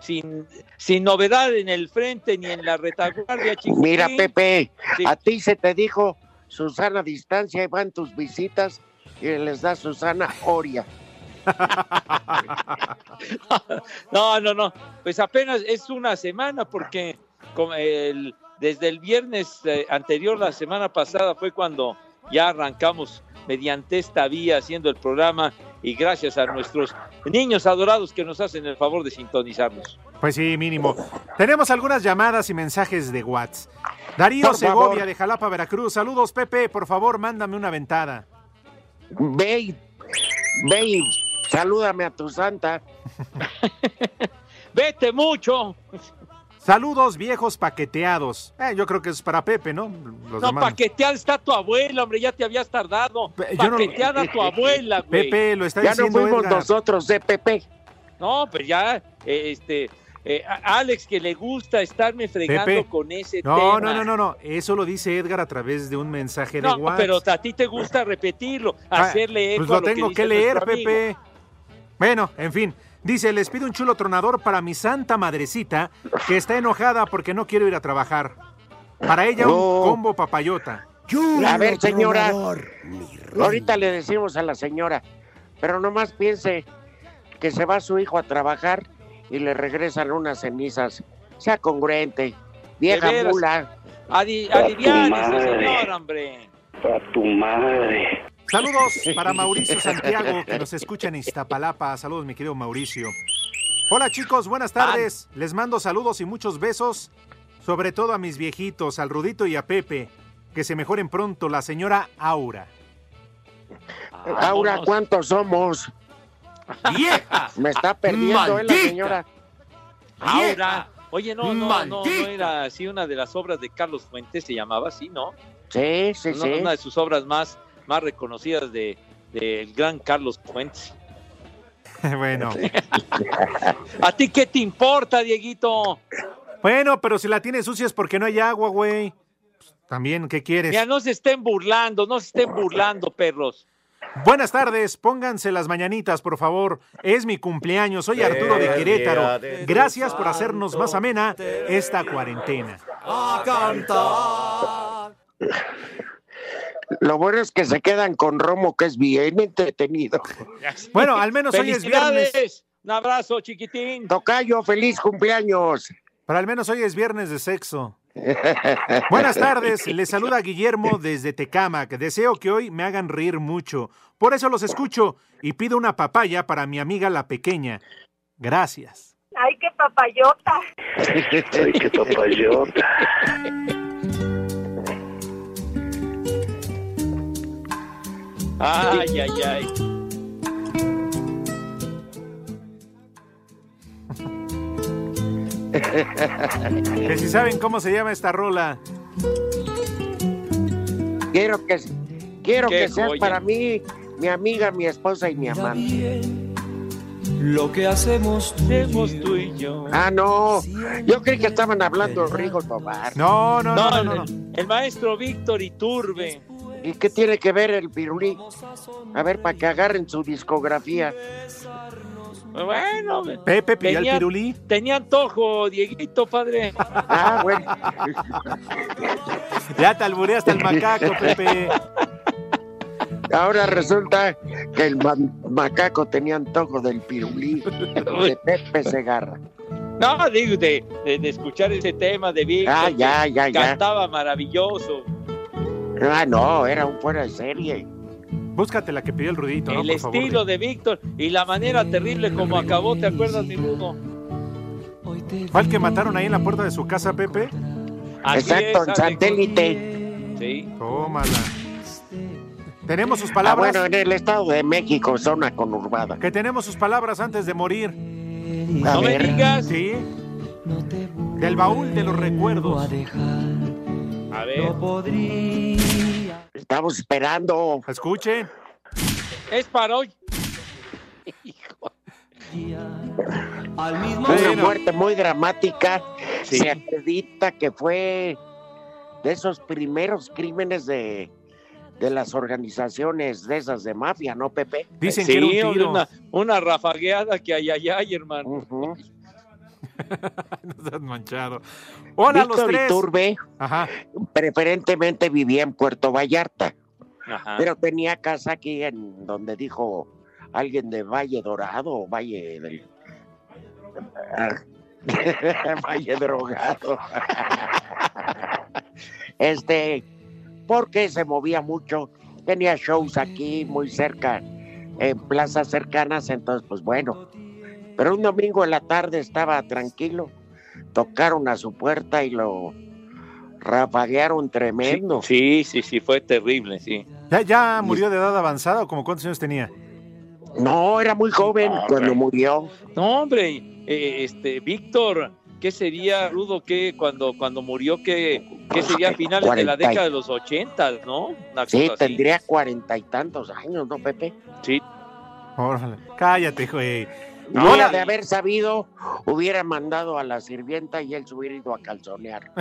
Speaker 6: sin, sin novedad en el frente ni en la retaguardia, chiquitín.
Speaker 5: Mira, Pepe,
Speaker 6: Sí.
Speaker 5: a ti se te dijo Susana distancia y van tus visitas y les da Susana Oria.
Speaker 6: No, no, no. Pues apenas es una semana porque como el- desde el viernes eh, anterior, la semana pasada, fue cuando ya arrancamos mediante esta vía haciendo el programa y gracias a nuestros niños adorados que nos hacen el favor de sintonizarnos.
Speaker 4: Pues sí, mínimo. Tenemos algunas llamadas y mensajes de WhatsApp. Darío
Speaker 6: Por
Speaker 4: Segovia
Speaker 6: favor.
Speaker 4: de Jalapa, Veracruz. Saludos, Pepe. Por favor, mándame una ventada.
Speaker 5: Ve y, ve y salúdame a tu santa.
Speaker 6: Vete mucho.
Speaker 4: Saludos, viejos paqueteados. Eh, yo creo que es para Pepe, ¿no? Los
Speaker 6: no,
Speaker 4: demás no.
Speaker 6: paqueteada está tu abuela, hombre, ya te habías tardado.
Speaker 4: yo no- eh,
Speaker 6: Paqueteada tu abuela, güey.
Speaker 4: Pepe, lo está
Speaker 5: ya no
Speaker 4: diciendo
Speaker 5: fuimos
Speaker 4: Edgar.
Speaker 5: nosotros de Pepe.
Speaker 6: No, pues ya, eh, este, eh, a- Alex, que le gusta estarme fregando
Speaker 4: Pepe.
Speaker 6: con ese
Speaker 4: No,
Speaker 6: tema.
Speaker 4: no, no, no, no. Eso lo dice Edgar a través de un mensaje de
Speaker 6: No,
Speaker 4: WhatsApp.
Speaker 6: pero a ti te gusta repetirlo, hacerle eco
Speaker 4: Pues
Speaker 6: a
Speaker 4: lo
Speaker 6: que
Speaker 4: tengo que,
Speaker 6: dice
Speaker 4: leer,
Speaker 6: nuestro amigo.
Speaker 4: Pepe. Bueno, en fin. Dice, les pido un chulo tronador para mi santa madrecita que está enojada porque no quiero ir a trabajar. Para ella
Speaker 5: Oh.
Speaker 4: un combo papayota.
Speaker 5: a ver, señora. Ahorita le decimos a la señora, pero nomás piense que se va su hijo a trabajar y le regresan unas cenizas. Sea congruente, vieja
Speaker 6: De veras.
Speaker 5: mula.
Speaker 6: Adi-
Speaker 5: A tu
Speaker 6: aliviane ese
Speaker 5: madre.
Speaker 6: señor, hombre.
Speaker 5: A tu madre.
Speaker 4: Saludos para Mauricio Santiago, que nos escucha en Iztapalapa. Saludos, mi querido Mauricio. Hola, chicos, buenas tardes. Les mando saludos y muchos besos, sobre todo a mis viejitos, al Rudito y a Pepe. Que se mejoren pronto, la señora Aura.
Speaker 5: Aura, ¿cuántos somos? Me está perdiendo eh, la
Speaker 4: ¡Maldita!
Speaker 5: señora.
Speaker 6: Ahora, oye, no, no, no, no
Speaker 5: ¡Maldita!
Speaker 6: era así una de las obras de Carlos Fuentes, se llamaba así, ¿no?
Speaker 5: Sí, sí,
Speaker 6: Una,
Speaker 5: sí.
Speaker 6: una de sus obras más, más reconocidas de del gran Carlos Fuentes.
Speaker 4: bueno.
Speaker 6: ¿A ti qué te importa, Dieguito?
Speaker 4: Bueno, pero si la tienes sucia es porque no hay agua, güey. Pues, También, ¿qué quieres?
Speaker 6: Mira, no se estén burlando, no se estén burlando, perros.
Speaker 4: Buenas tardes, pónganse las mañanitas, por favor. Es mi cumpleaños, soy Arturo de Querétaro. Gracias por hacernos más amena esta cuarentena.
Speaker 3: A cantar.
Speaker 5: Lo bueno es que se quedan con Romo, que es bien entretenido.
Speaker 4: Bueno, al menos hoy es viernes.
Speaker 6: ¡Felicidades! Un abrazo, chiquitín.
Speaker 5: Tocayo, feliz cumpleaños.
Speaker 4: Pero al menos hoy es viernes de sexo. Buenas tardes, les saluda Guillermo desde Tecámac. Deseo que hoy me hagan reír mucho. Por eso los escucho y pido una papaya para mi amiga la pequeña. Gracias.
Speaker 18: Ay, qué papayota.
Speaker 4: Ay, qué papayota.
Speaker 6: Ay, ay, ay.
Speaker 4: Que si saben cómo se llama esta rola.
Speaker 5: Quiero que, quiero
Speaker 4: Qué
Speaker 5: que seas
Speaker 4: joya.
Speaker 5: para mí, mi amiga, mi esposa y mi amante.
Speaker 19: Lo que hacemos tú,
Speaker 6: y yo.
Speaker 5: Ah, no. Yo creí que estaban hablando Rigo Tobar.
Speaker 4: No,
Speaker 6: El, el maestro Víctor Iturbe.
Speaker 5: ¿Y qué tiene que ver el pirulí? A ver, para que agarren su discografía.
Speaker 6: Bueno,
Speaker 4: Eh.
Speaker 5: Pepe Pillal
Speaker 6: tenía-
Speaker 5: Pirulí.
Speaker 6: Tenía antojo, Dieguito, padre.
Speaker 5: Ah, bueno.
Speaker 4: Ya te alburé hasta el macaco, Pepe.
Speaker 5: Ahora resulta que el man- macaco tenía antojo del pirulí de Pepe Segarra.
Speaker 6: No, digo, de, de- de escuchar ese tema de Víctor.
Speaker 5: Ah, ya,
Speaker 6: que
Speaker 5: ya, ya.
Speaker 6: Cantaba maravilloso.
Speaker 5: Ah, no, era un fuera de serie.
Speaker 4: Búscate la que pidió el Rudito, ¿no?
Speaker 6: El
Speaker 4: Por favor,
Speaker 6: estilo de Víctor y la manera terrible como acabó, ¿te acuerdas, mi Rudo?
Speaker 4: ¿Fue el que mataron ahí en la puerta de su casa, Pepe?
Speaker 6: Así Exacto, es, en Alex.
Speaker 5: satélite.
Speaker 6: Sí.
Speaker 4: Tómala. Tenemos sus
Speaker 5: Ah,
Speaker 4: palabras.
Speaker 5: bueno, en el Estado de México, zona conurbada.
Speaker 4: Que tenemos sus palabras antes de morir.
Speaker 5: A No me ver.
Speaker 6: digas.
Speaker 4: Sí. Del baúl de los recuerdos.
Speaker 6: A ver.
Speaker 5: Estamos esperando.
Speaker 4: Escuchen.
Speaker 6: Es para hoy.
Speaker 19: al mismo
Speaker 5: Una
Speaker 19: tiempo.
Speaker 5: muerte muy dramática. Se acredita que fue de esos primeros crímenes de, de las organizaciones de esas de mafia, ¿no, Pepe?
Speaker 6: Sí, hombre, Una, una rafagueada que ay, ay, ay, hermano.
Speaker 4: Nos han manchado. Hola, los
Speaker 5: Víctor
Speaker 4: tres.
Speaker 5: Iturbe
Speaker 4: Ajá.
Speaker 5: preferentemente vivía en Puerto Vallarta,
Speaker 6: Ajá.
Speaker 5: pero tenía casa aquí en donde dijo alguien de Valle Dorado o Valle del... ah, Valle Drogado. este, porque se movía mucho, tenía shows aquí muy cerca, en plazas cercanas, entonces pues bueno. Pero un domingo en la tarde estaba tranquilo, tocaron a su puerta y lo rafaguearon tremendo.
Speaker 6: Sí, sí, sí, fue terrible, sí.
Speaker 4: ¿Ya, ya murió de edad avanzada o como cuántos años tenía?
Speaker 5: No, era muy joven cuando murió.
Speaker 6: No, hombre, eh, este, Víctor, ¿qué sería, Rudo, que cuando, cuando murió, qué, qué sería a finales de la
Speaker 5: Ah, Cuarenta y-
Speaker 6: década de los ochentas, ¿no? Una
Speaker 5: Sí,
Speaker 6: cosa así.
Speaker 5: tendría cuarenta y tantos años, ¿no, Pepe?
Speaker 6: Sí.
Speaker 4: Órale. Cállate, güey.
Speaker 5: No,
Speaker 4: Hola.
Speaker 5: de haber sabido, hubiera mandado a la sirvienta y él se hubiera ido a calzonear.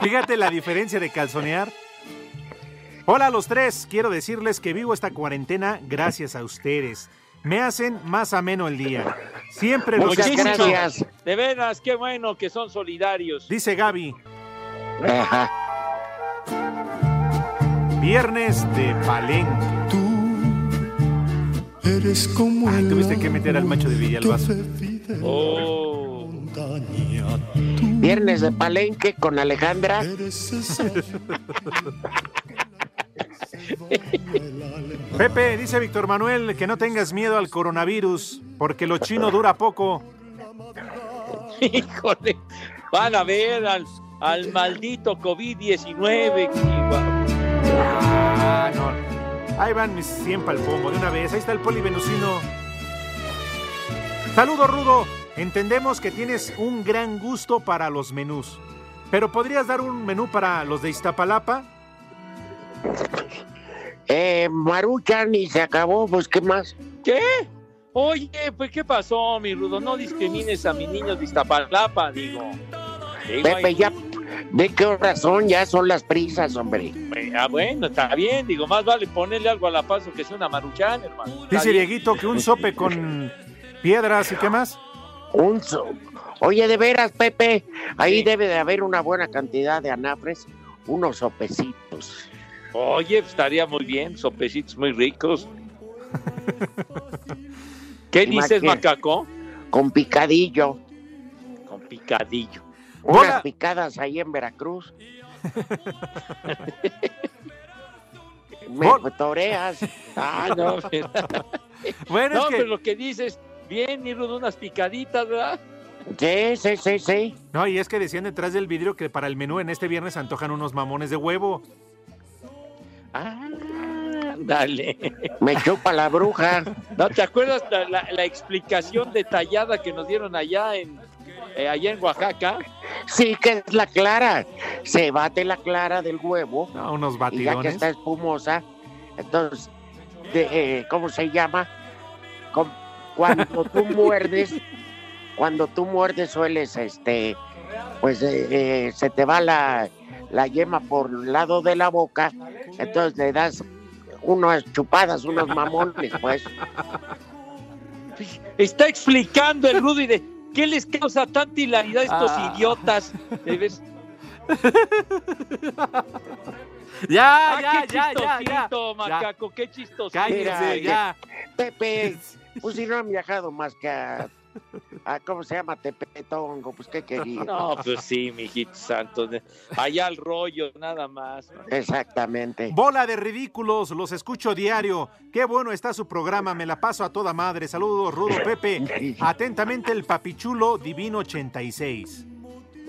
Speaker 4: Fíjate la diferencia de calzonear. Hola a los tres, quiero decirles que vivo esta cuarentena gracias a ustedes. Me hacen más ameno el día. Siempre los
Speaker 6: Muchas
Speaker 4: escucho.
Speaker 6: gracias. De veras, qué bueno que son solidarios.
Speaker 4: Dice Gaby. Viernes de Palenque.
Speaker 3: Eres
Speaker 19: Ah.
Speaker 3: como el
Speaker 4: Tuviste que meter al macho de Villalbazo.
Speaker 6: Oh,
Speaker 5: Viernes de Palenque con Alejandra.
Speaker 4: Pepe, dice Víctor Manuel, que no tengas miedo al coronavirus, porque lo chino dura poco.
Speaker 6: Híjole, van a ver al, al maldito COVID-19.
Speaker 4: Ah, no. Ahí van mis 100 pal pombo de una vez. Ahí está el polivenucino. Saludo, Rudo. Entendemos que tienes un gran gusto para los menús, pero ¿podrías dar un menú para los de Iztapalapa?
Speaker 5: Eh, Maruchan y se acabó, pues ¿qué más?
Speaker 6: ¿Qué? Oye, pues ¿qué pasó, mi Rudo? No discrimines a mis niños de Iztapalapa, digo. Digo,
Speaker 5: Pepe,
Speaker 6: ay,
Speaker 5: ya, ¿de qué horas son? Ya son las prisas, hombre.
Speaker 6: eh, Ah, bueno, está bien, digo, más vale ponerle algo a la paso que sea una maruchan, hermano. Está
Speaker 4: Dice
Speaker 6: bien.
Speaker 4: Dieguito que un sope con piedras y qué más.
Speaker 5: Un so- Oye, de veras, Pepe, ahí debe de haber una buena cantidad de anafres, unos sopecitos.
Speaker 6: Oye, pues, estaría muy bien, sopecitos muy ricos. ¿Qué dices,
Speaker 5: Imagínate.
Speaker 6: macaco?
Speaker 5: Con picadillo,
Speaker 6: Con picadillo.
Speaker 5: unas picadas ahí en Veracruz. Me toreas.
Speaker 6: Ah, no, pero-
Speaker 4: Bueno,
Speaker 6: no,
Speaker 4: es que-
Speaker 6: pero lo que dices, bien, mi Rudo, unas picaditas, ¿verdad?
Speaker 5: Sí, sí, sí, sí.
Speaker 4: No, y es que decían detrás del vidrio que para el menú en este viernes antojan unos mamones de huevo.
Speaker 6: Dale.
Speaker 5: Me chupa la bruja.
Speaker 6: ¿No te acuerdas la, la- la explicación detallada que nos dieron allá en, eh, allá en Oaxaca?
Speaker 5: Sí, que es la clara. Se bate la clara del huevo.
Speaker 4: No, unos
Speaker 5: Y ya que
Speaker 4: batidones.
Speaker 5: está espumosa, entonces, de, eh, ¿cómo se llama? Com- cuando tú muerdes, cuando tú muerdes sueles, este, pues eh, eh, se te va la, la yema por el lado de la boca, entonces le das unas chupadas, unos mamones, pues.
Speaker 6: Está explicando el Rudy de qué les causa tanta hilaridad a estos
Speaker 5: Ah.
Speaker 6: idiotas. De ver-
Speaker 20: Ya,
Speaker 6: Ah,
Speaker 20: ya, ya,
Speaker 6: qué
Speaker 20: ya, ya.
Speaker 6: chistosito, macaco, qué chistosito.
Speaker 20: Cállense,
Speaker 5: Mira,
Speaker 20: ya.
Speaker 5: Pepe, pues si no han viajado más que a, a, ¿cómo se llama? Tepetongo, pues qué quería.
Speaker 6: No, pues sí, mijito santo. Allá al rollo, nada más.
Speaker 5: Exactamente.
Speaker 4: Bola de ridículos, los escucho diario. Qué bueno está su programa, me la paso a toda madre. Saludos, Rudo Pepe. Atentamente el papichulo divino 86.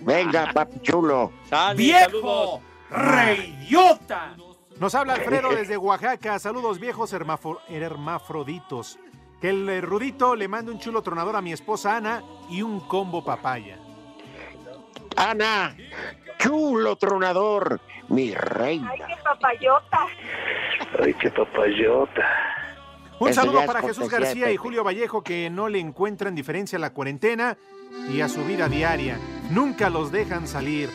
Speaker 5: Venga, papi chulo.
Speaker 4: ¡Viejo! ¡Reyota! Nos habla Alfredo desde Oaxaca. Saludos, viejos hermafo- hermafroditos. Que el eh, Rudito le mande un chulo tronador a mi esposa Ana y un combo papaya.
Speaker 5: Ana, chulo tronador, mi reina.
Speaker 18: Ay, qué papayota.
Speaker 5: Ay, qué papayota.
Speaker 4: Un
Speaker 5: Eso ya
Speaker 4: saludo
Speaker 5: es
Speaker 4: para Jesús
Speaker 5: cortesía de
Speaker 4: García y
Speaker 5: Pepe.
Speaker 4: Julio Vallejo que no le encuentran diferencia a la cuarentena y a su vida diaria. Nunca los dejan salir.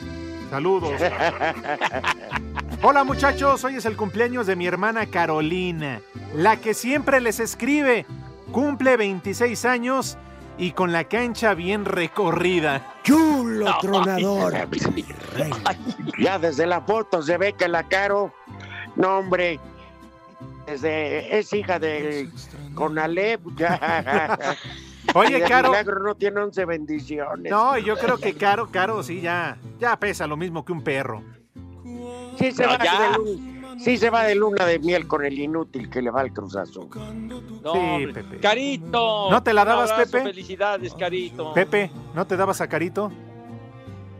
Speaker 4: Saludos. Hola muchachos, hoy es el cumpleaños de mi hermana Carolina, la que siempre les escribe. Cumple 26 años y con la cancha bien recorrida.
Speaker 21: Chulo
Speaker 5: tronador. Ya desde la foto se ve que la caro, no hombre, desde, es hija de Conalep. ya.
Speaker 4: Oye,
Speaker 5: Y de
Speaker 4: Caro.
Speaker 5: milagro no tiene 11 bendiciones.
Speaker 4: No, yo creo que Caro, Caro, sí, ya, ya pesa lo mismo que un perro.
Speaker 5: Sí se,
Speaker 4: No,
Speaker 5: va
Speaker 4: ya.
Speaker 5: de luna, sí se va de luna de miel con el inútil que le va al cruzazo.
Speaker 6: No,
Speaker 4: Sí,
Speaker 6: hombre.
Speaker 4: Pepe.
Speaker 6: Carito.
Speaker 4: ¿No te la
Speaker 6: un
Speaker 4: dabas,
Speaker 6: abrazo,
Speaker 4: Pepe?
Speaker 6: Felicidades, Carito.
Speaker 4: Pepe, ¿no te dabas a Carito?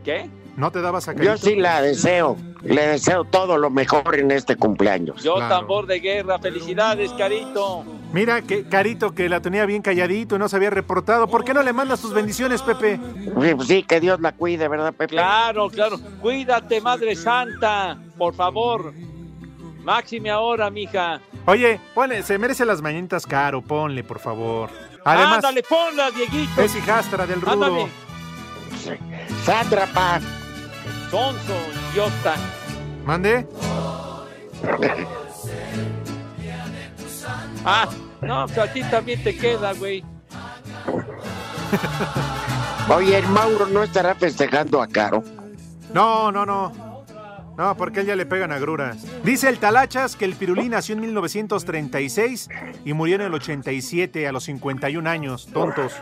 Speaker 6: ¿Qué?
Speaker 4: ¿No te dabas a Carito?
Speaker 5: Yo sí la deseo, le deseo todo lo mejor en este cumpleaños.
Speaker 6: Yo
Speaker 4: Claro.
Speaker 6: tambor de guerra. Felicidades, Carito.
Speaker 4: Mira, que Carito que la tenía bien calladito y no se había reportado. ¿Por qué no le mandas tus bendiciones, Pepe?
Speaker 5: Sí, que Dios la cuide, ¿verdad, Pepe?
Speaker 6: Claro, claro. Cuídate, Madre Santa, por favor. Máxime ahora, mija.
Speaker 4: Oye, ponle, se merece las mañanitas caro, ponle, por favor. Además,
Speaker 6: Ándale, ponla, Dieguito.
Speaker 4: es hijastra del rudo.
Speaker 6: Ándale.
Speaker 5: Sandra Paz.
Speaker 6: Sonso, idiota.
Speaker 4: ¿Mande?
Speaker 6: Ah, no, pues a ti también te queda, güey.
Speaker 5: Oye, el Mauro no estará festejando a Caro.
Speaker 4: No, no, no. No, porque él ya le pegan agruras. Dice el Talachas que el Pirulí nació en 1936 y murió en el 87 a los 51 años. Tontos.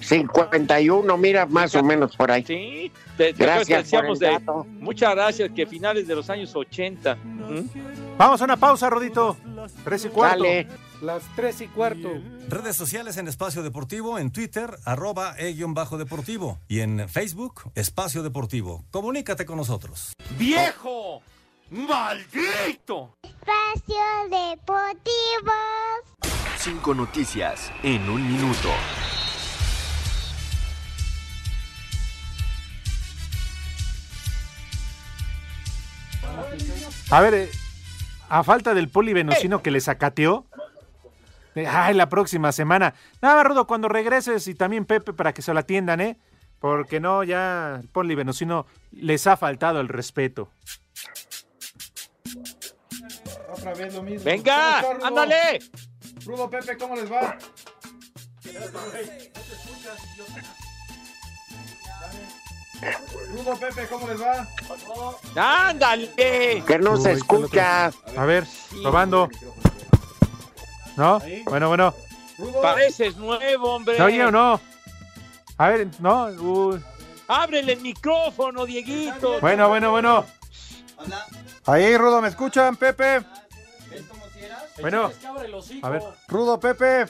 Speaker 5: 51, mira, más o menos por ahí.
Speaker 6: Sí, te, te
Speaker 5: Gracias por el
Speaker 6: decíamos de-
Speaker 5: dato.
Speaker 6: Muchas gracias, que finales de los años 80.
Speaker 4: Vamos a una pausa, Rodito. Tres y cuarto.
Speaker 12: Dale.
Speaker 4: Las tres y cuarto.
Speaker 12: Redes sociales en Espacio Deportivo, en Twitter, arroba E e-deportivo y en Facebook, Espacio Deportivo. Comunícate con nosotros.
Speaker 20: ¡Viejo! ¡Maldito!
Speaker 2: Espacio Deportivo.
Speaker 22: Cinco noticias en un minuto.
Speaker 4: A ver, eh, a falta del poli venocino que le sacateó. eh, Ay, la próxima semana. Nada, más, Rudo, cuando regreses y también Pepe para que se lo atiendan, ¿eh? Porque no, ya el poli venocino les ha faltado el respeto.
Speaker 22: Otra vez lo mismo.
Speaker 4: ¡Venga!
Speaker 22: ¿Cómo está, Rudo?
Speaker 4: ¡Ándale!
Speaker 22: Rudo Pepe, ¿cómo les va? Rudo Pepe, ¿cómo les va?
Speaker 6: ¡Ándale!
Speaker 5: Que no se escucha.
Speaker 4: A ver, probando. ¿No? Bueno, bueno.
Speaker 6: Pareces nuevo, hombre.
Speaker 4: ¿Se oye o no? A ver, no. Uh, uy.
Speaker 6: Ábrele el micrófono, Dieguito.
Speaker 4: Bueno, bueno, bueno.
Speaker 22: Ahí, Rudo, ¿me escuchan, Pepe?
Speaker 4: Bueno.
Speaker 22: A ver. Rudo Pepe.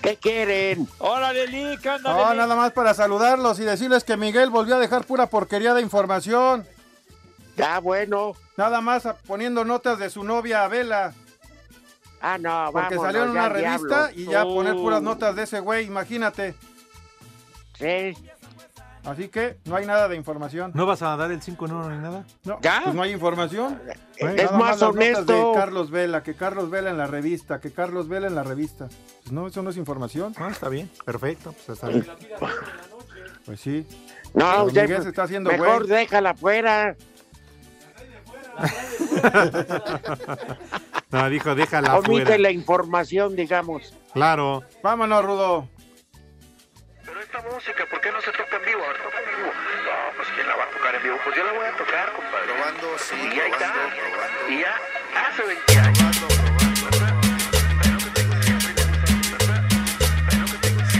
Speaker 5: ¿Qué quieren?
Speaker 6: Órale, Lick, ándale.
Speaker 22: No,
Speaker 6: Lick.
Speaker 22: nada más para saludarlos y decirles que Miguel volvió a dejar pura porquería de información.
Speaker 5: Ya, bueno.
Speaker 22: Nada más a- poniendo notas de su novia Abela.
Speaker 5: Ah, no,
Speaker 22: Porque
Speaker 5: vámonos,
Speaker 22: salió en
Speaker 5: ya
Speaker 22: una
Speaker 5: al
Speaker 22: revista
Speaker 5: diablo.
Speaker 22: y ya poner
Speaker 5: Uh.
Speaker 22: puras notas de ese güey, imagínate.
Speaker 5: Sí.
Speaker 22: Así que no hay nada de información.
Speaker 4: ¿No vas a dar el 5 en 1 ni nada?
Speaker 22: No,
Speaker 5: ¿Ya?
Speaker 22: pues no hay información.
Speaker 5: Es
Speaker 22: Nada
Speaker 5: más
Speaker 22: las notas
Speaker 5: honesto.
Speaker 22: de Carlos Vela, que Carlos Vela en la revista, que Carlos Vela en la revista. Pues no, eso no es información.
Speaker 4: Ah, está bien, perfecto. Pues está bien.
Speaker 22: Pues sí.
Speaker 5: No,
Speaker 22: Pero
Speaker 5: usted,
Speaker 22: Miguel se está haciendo
Speaker 5: mejor
Speaker 22: güey.
Speaker 5: déjala fuera.
Speaker 4: No, dijo, déjala
Speaker 5: Omite
Speaker 4: afuera.
Speaker 5: la información, digamos.
Speaker 4: Claro.
Speaker 22: Vámonos, Rudo.
Speaker 16: pues,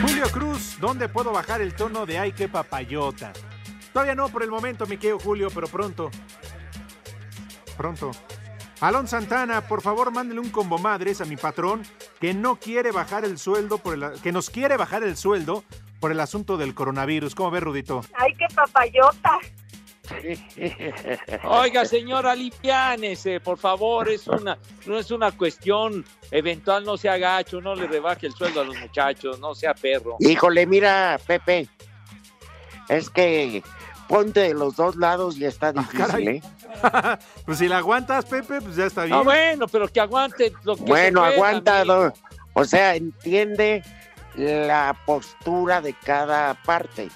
Speaker 4: Julio Cruz, ¿dónde puedo bajar el tono de Ay, qué papayota? Todavía no por el momento, mi querido Julio, pero pronto. Pronto. Alon Santana, por favor, mándele un combo madres a mi patrón que no quiere bajar el sueldo por el, que nos quiere bajar el sueldo por el asunto del coronavirus. ¿Cómo ves, Rudito?
Speaker 18: Ay, qué papayota.
Speaker 6: Oiga, señora, aliviánese, por favor, es una, no es una cuestión eventual, no sea gacho, no le rebaje el sueldo a los muchachos, no sea perro.
Speaker 5: Híjole, mira, Pepe. Es que ponte de los dos lados y
Speaker 6: Ah,
Speaker 5: está difícil, ¿eh?
Speaker 4: pues si la aguantas, Pepe, pues ya está bien.
Speaker 6: Ah, bueno, pero que aguante lo que
Speaker 5: Bueno,
Speaker 6: se pueda,
Speaker 5: aguanta.
Speaker 6: amigo.
Speaker 5: don- O sea, entiende la postura de cada parte.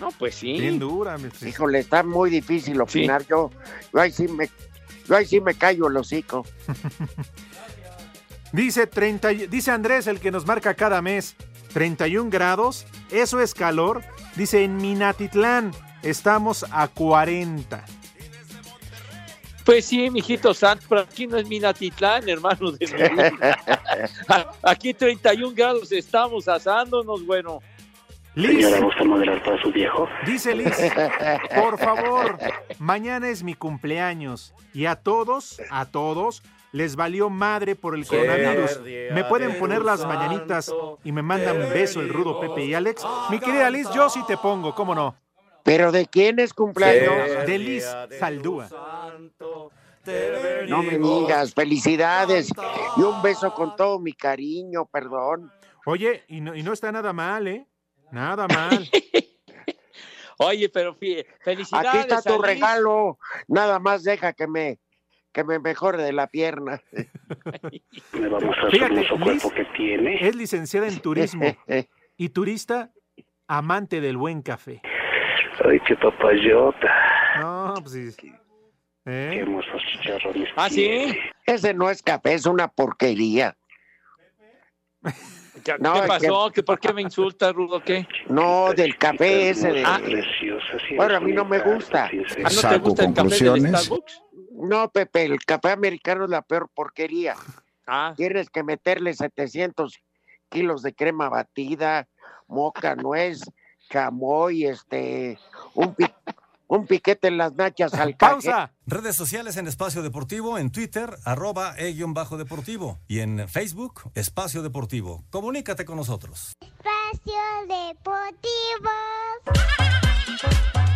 Speaker 6: No, pues sí.
Speaker 4: Bien dura, mi sí.
Speaker 5: Híjole, está muy difícil opinar. Yo, yo ahí sí me, yo ahí sí me callo el hocico.
Speaker 4: Dice, 30, y- dice Andrés, el que nos marca cada mes, 31 grados, eso es calor. Dice, en Minatitlán estamos a 40.
Speaker 6: Pues sí, mijito santo, pero aquí no es Minatitlán, hermano de mi vida. A- Aquí 31 grados estamos asándonos, bueno.
Speaker 4: Liz,
Speaker 1: gusta modelar para su viejo?
Speaker 4: dice Liz, por favor, mañana es mi cumpleaños y a todos, a todos, les valió madre por el coronavirus. Me pueden poner las mañanitas y me mandan un beso el rudo Pepe y Alex. Mi querida Liz, yo sí te pongo, ¿cómo no?
Speaker 5: Pero ¿de quién es cumpleaños?
Speaker 4: De Liz Saldúa.
Speaker 5: No me digas, felicidades. Y un beso con todo mi cariño, perdón.
Speaker 4: Oye, y no, y no está nada mal, ¿eh? Nada mal.
Speaker 6: Oye, pero fie- felicidades.
Speaker 5: Aquí está
Speaker 6: a
Speaker 5: tu
Speaker 6: Liz.
Speaker 5: regalo. Nada más deja que me, que me mejore de la pierna.
Speaker 1: Me va a mostrar
Speaker 4: Fíjate,
Speaker 1: su hermoso cuerpo
Speaker 4: Liz.
Speaker 1: que tiene.
Speaker 4: Es licenciada en turismo y turista amante del buen café.
Speaker 1: Ay, qué papayota.
Speaker 4: No, pues sí. ¿Eh?
Speaker 1: Qué hermosos chicharrones.
Speaker 6: ¿Ah, sí?
Speaker 5: Ese no es café, es una porquería.
Speaker 6: ¿Qué,
Speaker 5: No,
Speaker 6: qué
Speaker 5: es que-
Speaker 6: pasó? ¿Que ¿Por qué me insultas, Rudo? ¿Qué?
Speaker 5: No, del café ese de...
Speaker 6: Ah.
Speaker 5: Bueno, a mí no me gusta.
Speaker 6: ¿Ah, no te gusta el café del Starbucks?
Speaker 5: No, Pepe, el café americano es la peor porquería.
Speaker 6: Ah.
Speaker 5: Tienes que meterle 700 kilos de crema batida, moca, nuez, chamoy, este, un, pi- un piquete en las nachas al caje.
Speaker 12: Redes sociales en Espacio Deportivo, en Twitter, arroba E e-deportivo y en Facebook, Espacio Deportivo. Comunícate con nosotros.
Speaker 2: Espacio Deportivo.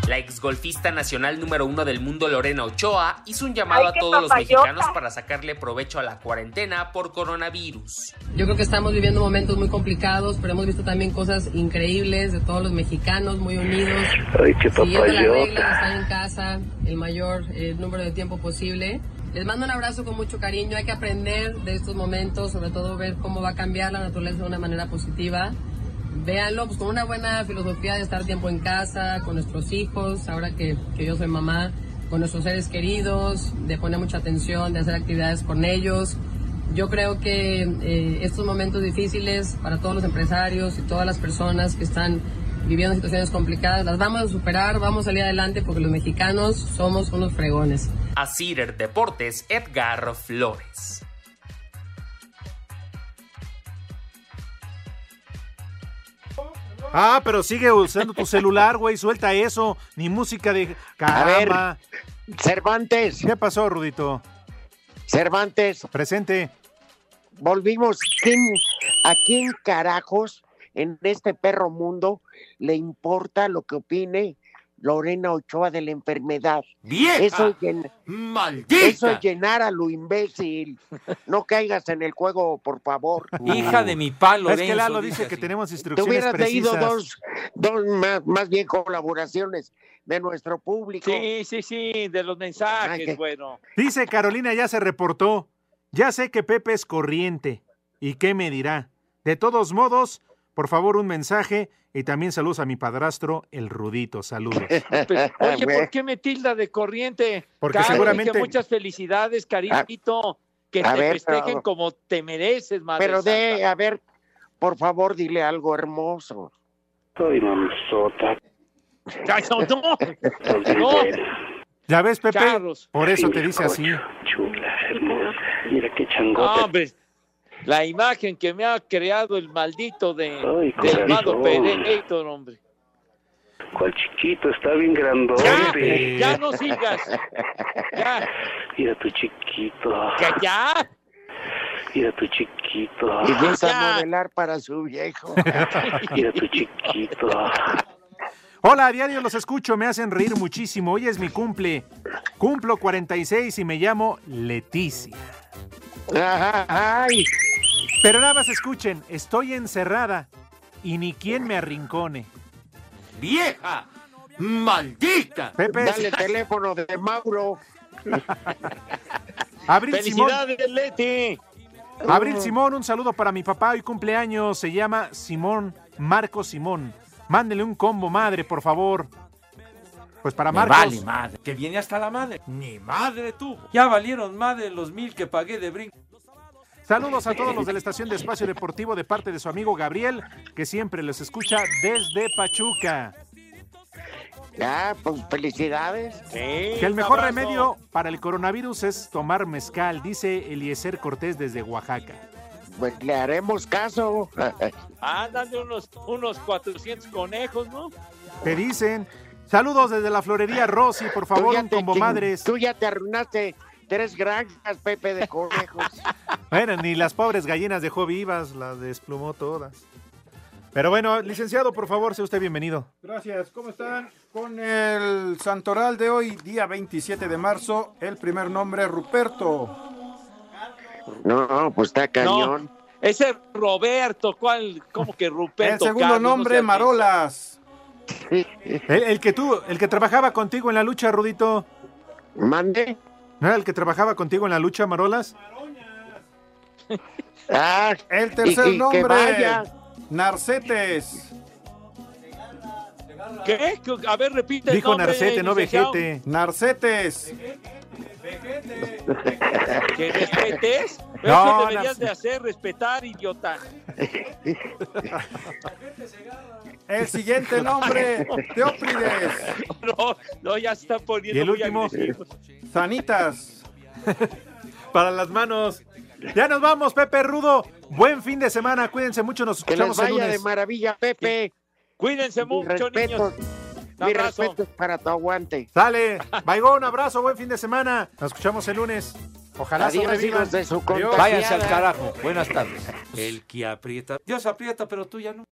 Speaker 10: La exgolfista nacional número uno del mundo, Lorena Ochoa, hizo un llamado a todos los
Speaker 18: papayota.
Speaker 10: mexicanos para sacarle provecho a la cuarentena por coronavirus.
Speaker 7: Yo creo que estamos viviendo momentos muy complicados, pero hemos visto también cosas increíbles de todos los mexicanos muy unidos,
Speaker 1: Ay, qué
Speaker 7: siguiendo las reglas,
Speaker 1: papayota.
Speaker 7: están en casa el mayor eh, número de tiempo posible. Les mando un abrazo con mucho cariño. Hay que aprender de estos momentos, sobre todo ver cómo va a cambiar la naturaleza de una manera positiva. Véanlo pues, con una buena filosofía de estar tiempo en casa, con nuestros hijos, ahora que, que yo soy mamá, con nuestros seres queridos, de poner mucha atención, de hacer actividades con ellos. Yo creo que eh, estos momentos difíciles para todos los empresarios y todas las personas que están viviendo situaciones complicadas, las vamos a superar, vamos a salir adelante porque los mexicanos somos unos fregones.
Speaker 10: A Cider Deportes, Edgar Flores.
Speaker 4: Ah, pero sigue usando tu celular, güey. Suelta eso. Ni música de. Caramba.
Speaker 5: Cervantes.
Speaker 4: ¿Qué pasó, Rudito?
Speaker 5: Cervantes.
Speaker 4: Presente.
Speaker 5: Volvimos. ¿Quién- ¿A quién carajos en este perro mundo le importa lo que opine Lorena Ochoa de la enfermedad?
Speaker 20: ¡Vieja!
Speaker 1: Ah.
Speaker 5: Eso es, llen-
Speaker 20: ¡Maldita!
Speaker 5: eso es llenar a lo imbécil. No caigas en el juego, por favor.
Speaker 20: Hija de mi palo,
Speaker 4: Es que Lalo dice que tenemos
Speaker 5: Te
Speaker 4: instrucciones
Speaker 5: hubieras leído
Speaker 4: precisas.
Speaker 5: dos, dos más, más bien colaboraciones de nuestro público.
Speaker 6: Sí, sí, sí, de los mensajes, bueno.
Speaker 4: Dice Carolina, ya se reportó. Ya sé que Pepe es corriente. ¿Y qué me dirá? De todos modos, por favor, un mensaje y también saludos a mi padrastro, el Rudito. Saludos.
Speaker 6: Pe- Pues,
Speaker 5: Ah,
Speaker 6: Oye, ¿por qué me tilda de corriente?
Speaker 4: Porque
Speaker 6: Cari, que
Speaker 4: seguramente-
Speaker 6: muchas felicidades, cariñito. Que
Speaker 5: Ah, a
Speaker 6: te
Speaker 5: ver,
Speaker 6: festejen
Speaker 5: no.
Speaker 6: como te mereces, madre.
Speaker 5: Pero
Speaker 6: santa.
Speaker 5: de, a ver, por favor, dile algo hermoso.
Speaker 1: Soy mamzota.
Speaker 6: Ay, no, no.
Speaker 4: ¿Ya ves, Pepe?
Speaker 6: Carlos.
Speaker 4: Por eso
Speaker 6: Sí,
Speaker 4: te dice así.
Speaker 1: Chula, hermosa. Mira qué
Speaker 6: No,
Speaker 1: changota.
Speaker 6: hombre, la imagen que me ha creado el maldito de,
Speaker 1: Ay,
Speaker 6: del
Speaker 1: corazón.
Speaker 6: Mado Pereirator, hombre.
Speaker 1: Cuál chiquito, está bien grandote.
Speaker 6: Ya no sigas. Ya,
Speaker 1: Mira tu chiquito.
Speaker 6: ya, ya.
Speaker 1: Mira tu chiquito.
Speaker 6: Ah,
Speaker 5: Empieza a modelar para su viejo.
Speaker 1: Mira tu chiquito.
Speaker 4: Hola, a diario los escucho, me hacen reír muchísimo. Hoy es mi cumple. Cumplo 46 y me llamo Leticia.
Speaker 5: Ay.
Speaker 4: Pero nada más escuchen, estoy encerrada y ni quien me arrincone.
Speaker 20: ¡Vieja! ¡Maldita!
Speaker 4: Pepe.
Speaker 5: Dale teléfono de Mauro.
Speaker 4: Abril Simón,
Speaker 6: Felicidades, Leti.
Speaker 4: Abril Simón, un saludo para mi papá. Hoy cumpleaños, se llama Simón, Marco Simón. Mándele un combo, madre, por favor. Pues para
Speaker 20: Me
Speaker 4: Marcos.
Speaker 20: vale madre. Que viene hasta la madre. Ni madre tú. Ya valieron madre los mil que pagué de brinco.
Speaker 4: Saludos a todos los de la estación de Espacio Deportivo de parte de su amigo Gabriel, que siempre los escucha desde Pachuca.
Speaker 5: Ya, pues felicidades.
Speaker 4: Que el mejor remedio para el coronavirus es tomar mezcal, dice Eliezer Cortés desde Oaxaca.
Speaker 5: Pues le haremos caso.
Speaker 6: Ándale Ah, unos, unos 400 conejos, ¿no?
Speaker 4: Te dicen, saludos desde la florería Rosy, por favor, un combo madres.
Speaker 5: Tú ya te arruinaste tres granjas, Pepe de Conejos.
Speaker 4: Bueno, ni las pobres gallinas dejó vivas, las desplumó todas. Pero bueno, licenciado, por favor, sea usted bienvenido.
Speaker 22: Gracias, ¿cómo están? Con el santoral de hoy, día 27 de marzo, el primer nombre Ruperto.
Speaker 5: No, no, pues está cañón.
Speaker 6: Ese Roberto, ¿cuál? ¿Cómo que Ruperto?
Speaker 22: El segundo
Speaker 6: Carlos? No
Speaker 22: nombre
Speaker 6: seas-
Speaker 22: Marolas.
Speaker 4: El, el que tú, el que trabajaba contigo en la lucha, Rudito.
Speaker 5: ¿Mande?
Speaker 4: ¿No era el que trabajaba contigo en la lucha, Marolas?
Speaker 5: Ah,
Speaker 22: El tercer
Speaker 4: y- y que
Speaker 22: nombre
Speaker 4: vaya.
Speaker 22: Narcetes.
Speaker 6: ¿Qué? A ver, repite. el nombre, licenciado.
Speaker 22: Narcetes.
Speaker 6: ¿Que respetes?
Speaker 22: No,
Speaker 6: Eso
Speaker 22: no.
Speaker 6: deberías de hacer respetar, idiota.
Speaker 22: El siguiente nombre, Teóprides.
Speaker 6: No, no, ya se están poniendo
Speaker 4: Y el
Speaker 6: muy
Speaker 4: último.
Speaker 6: agresivos.
Speaker 22: Sanitas.
Speaker 4: Para las manos. Ya nos vamos, Pepe Rudo. Buen fin de semana. Cuídense mucho. Nos
Speaker 5: Que les
Speaker 4: escuchamos el
Speaker 5: vaya de
Speaker 4: lunes.
Speaker 5: maravilla, Pepe.
Speaker 6: Cuídense
Speaker 5: mucho, respetos,
Speaker 4: Un
Speaker 5: Mi
Speaker 4: abrazo.
Speaker 5: respeto para tu aguante.
Speaker 4: Sale. Baigón, abrazo. Buen fin de semana. Nos escuchamos el lunes. Ojalá
Speaker 5: Adiós,
Speaker 4: sobrevivan.
Speaker 5: hijos de su
Speaker 4: Adiós.
Speaker 20: Váyanse al carajo. Buenas tardes. El que aprieta. Dios aprieta, pero tú ya no.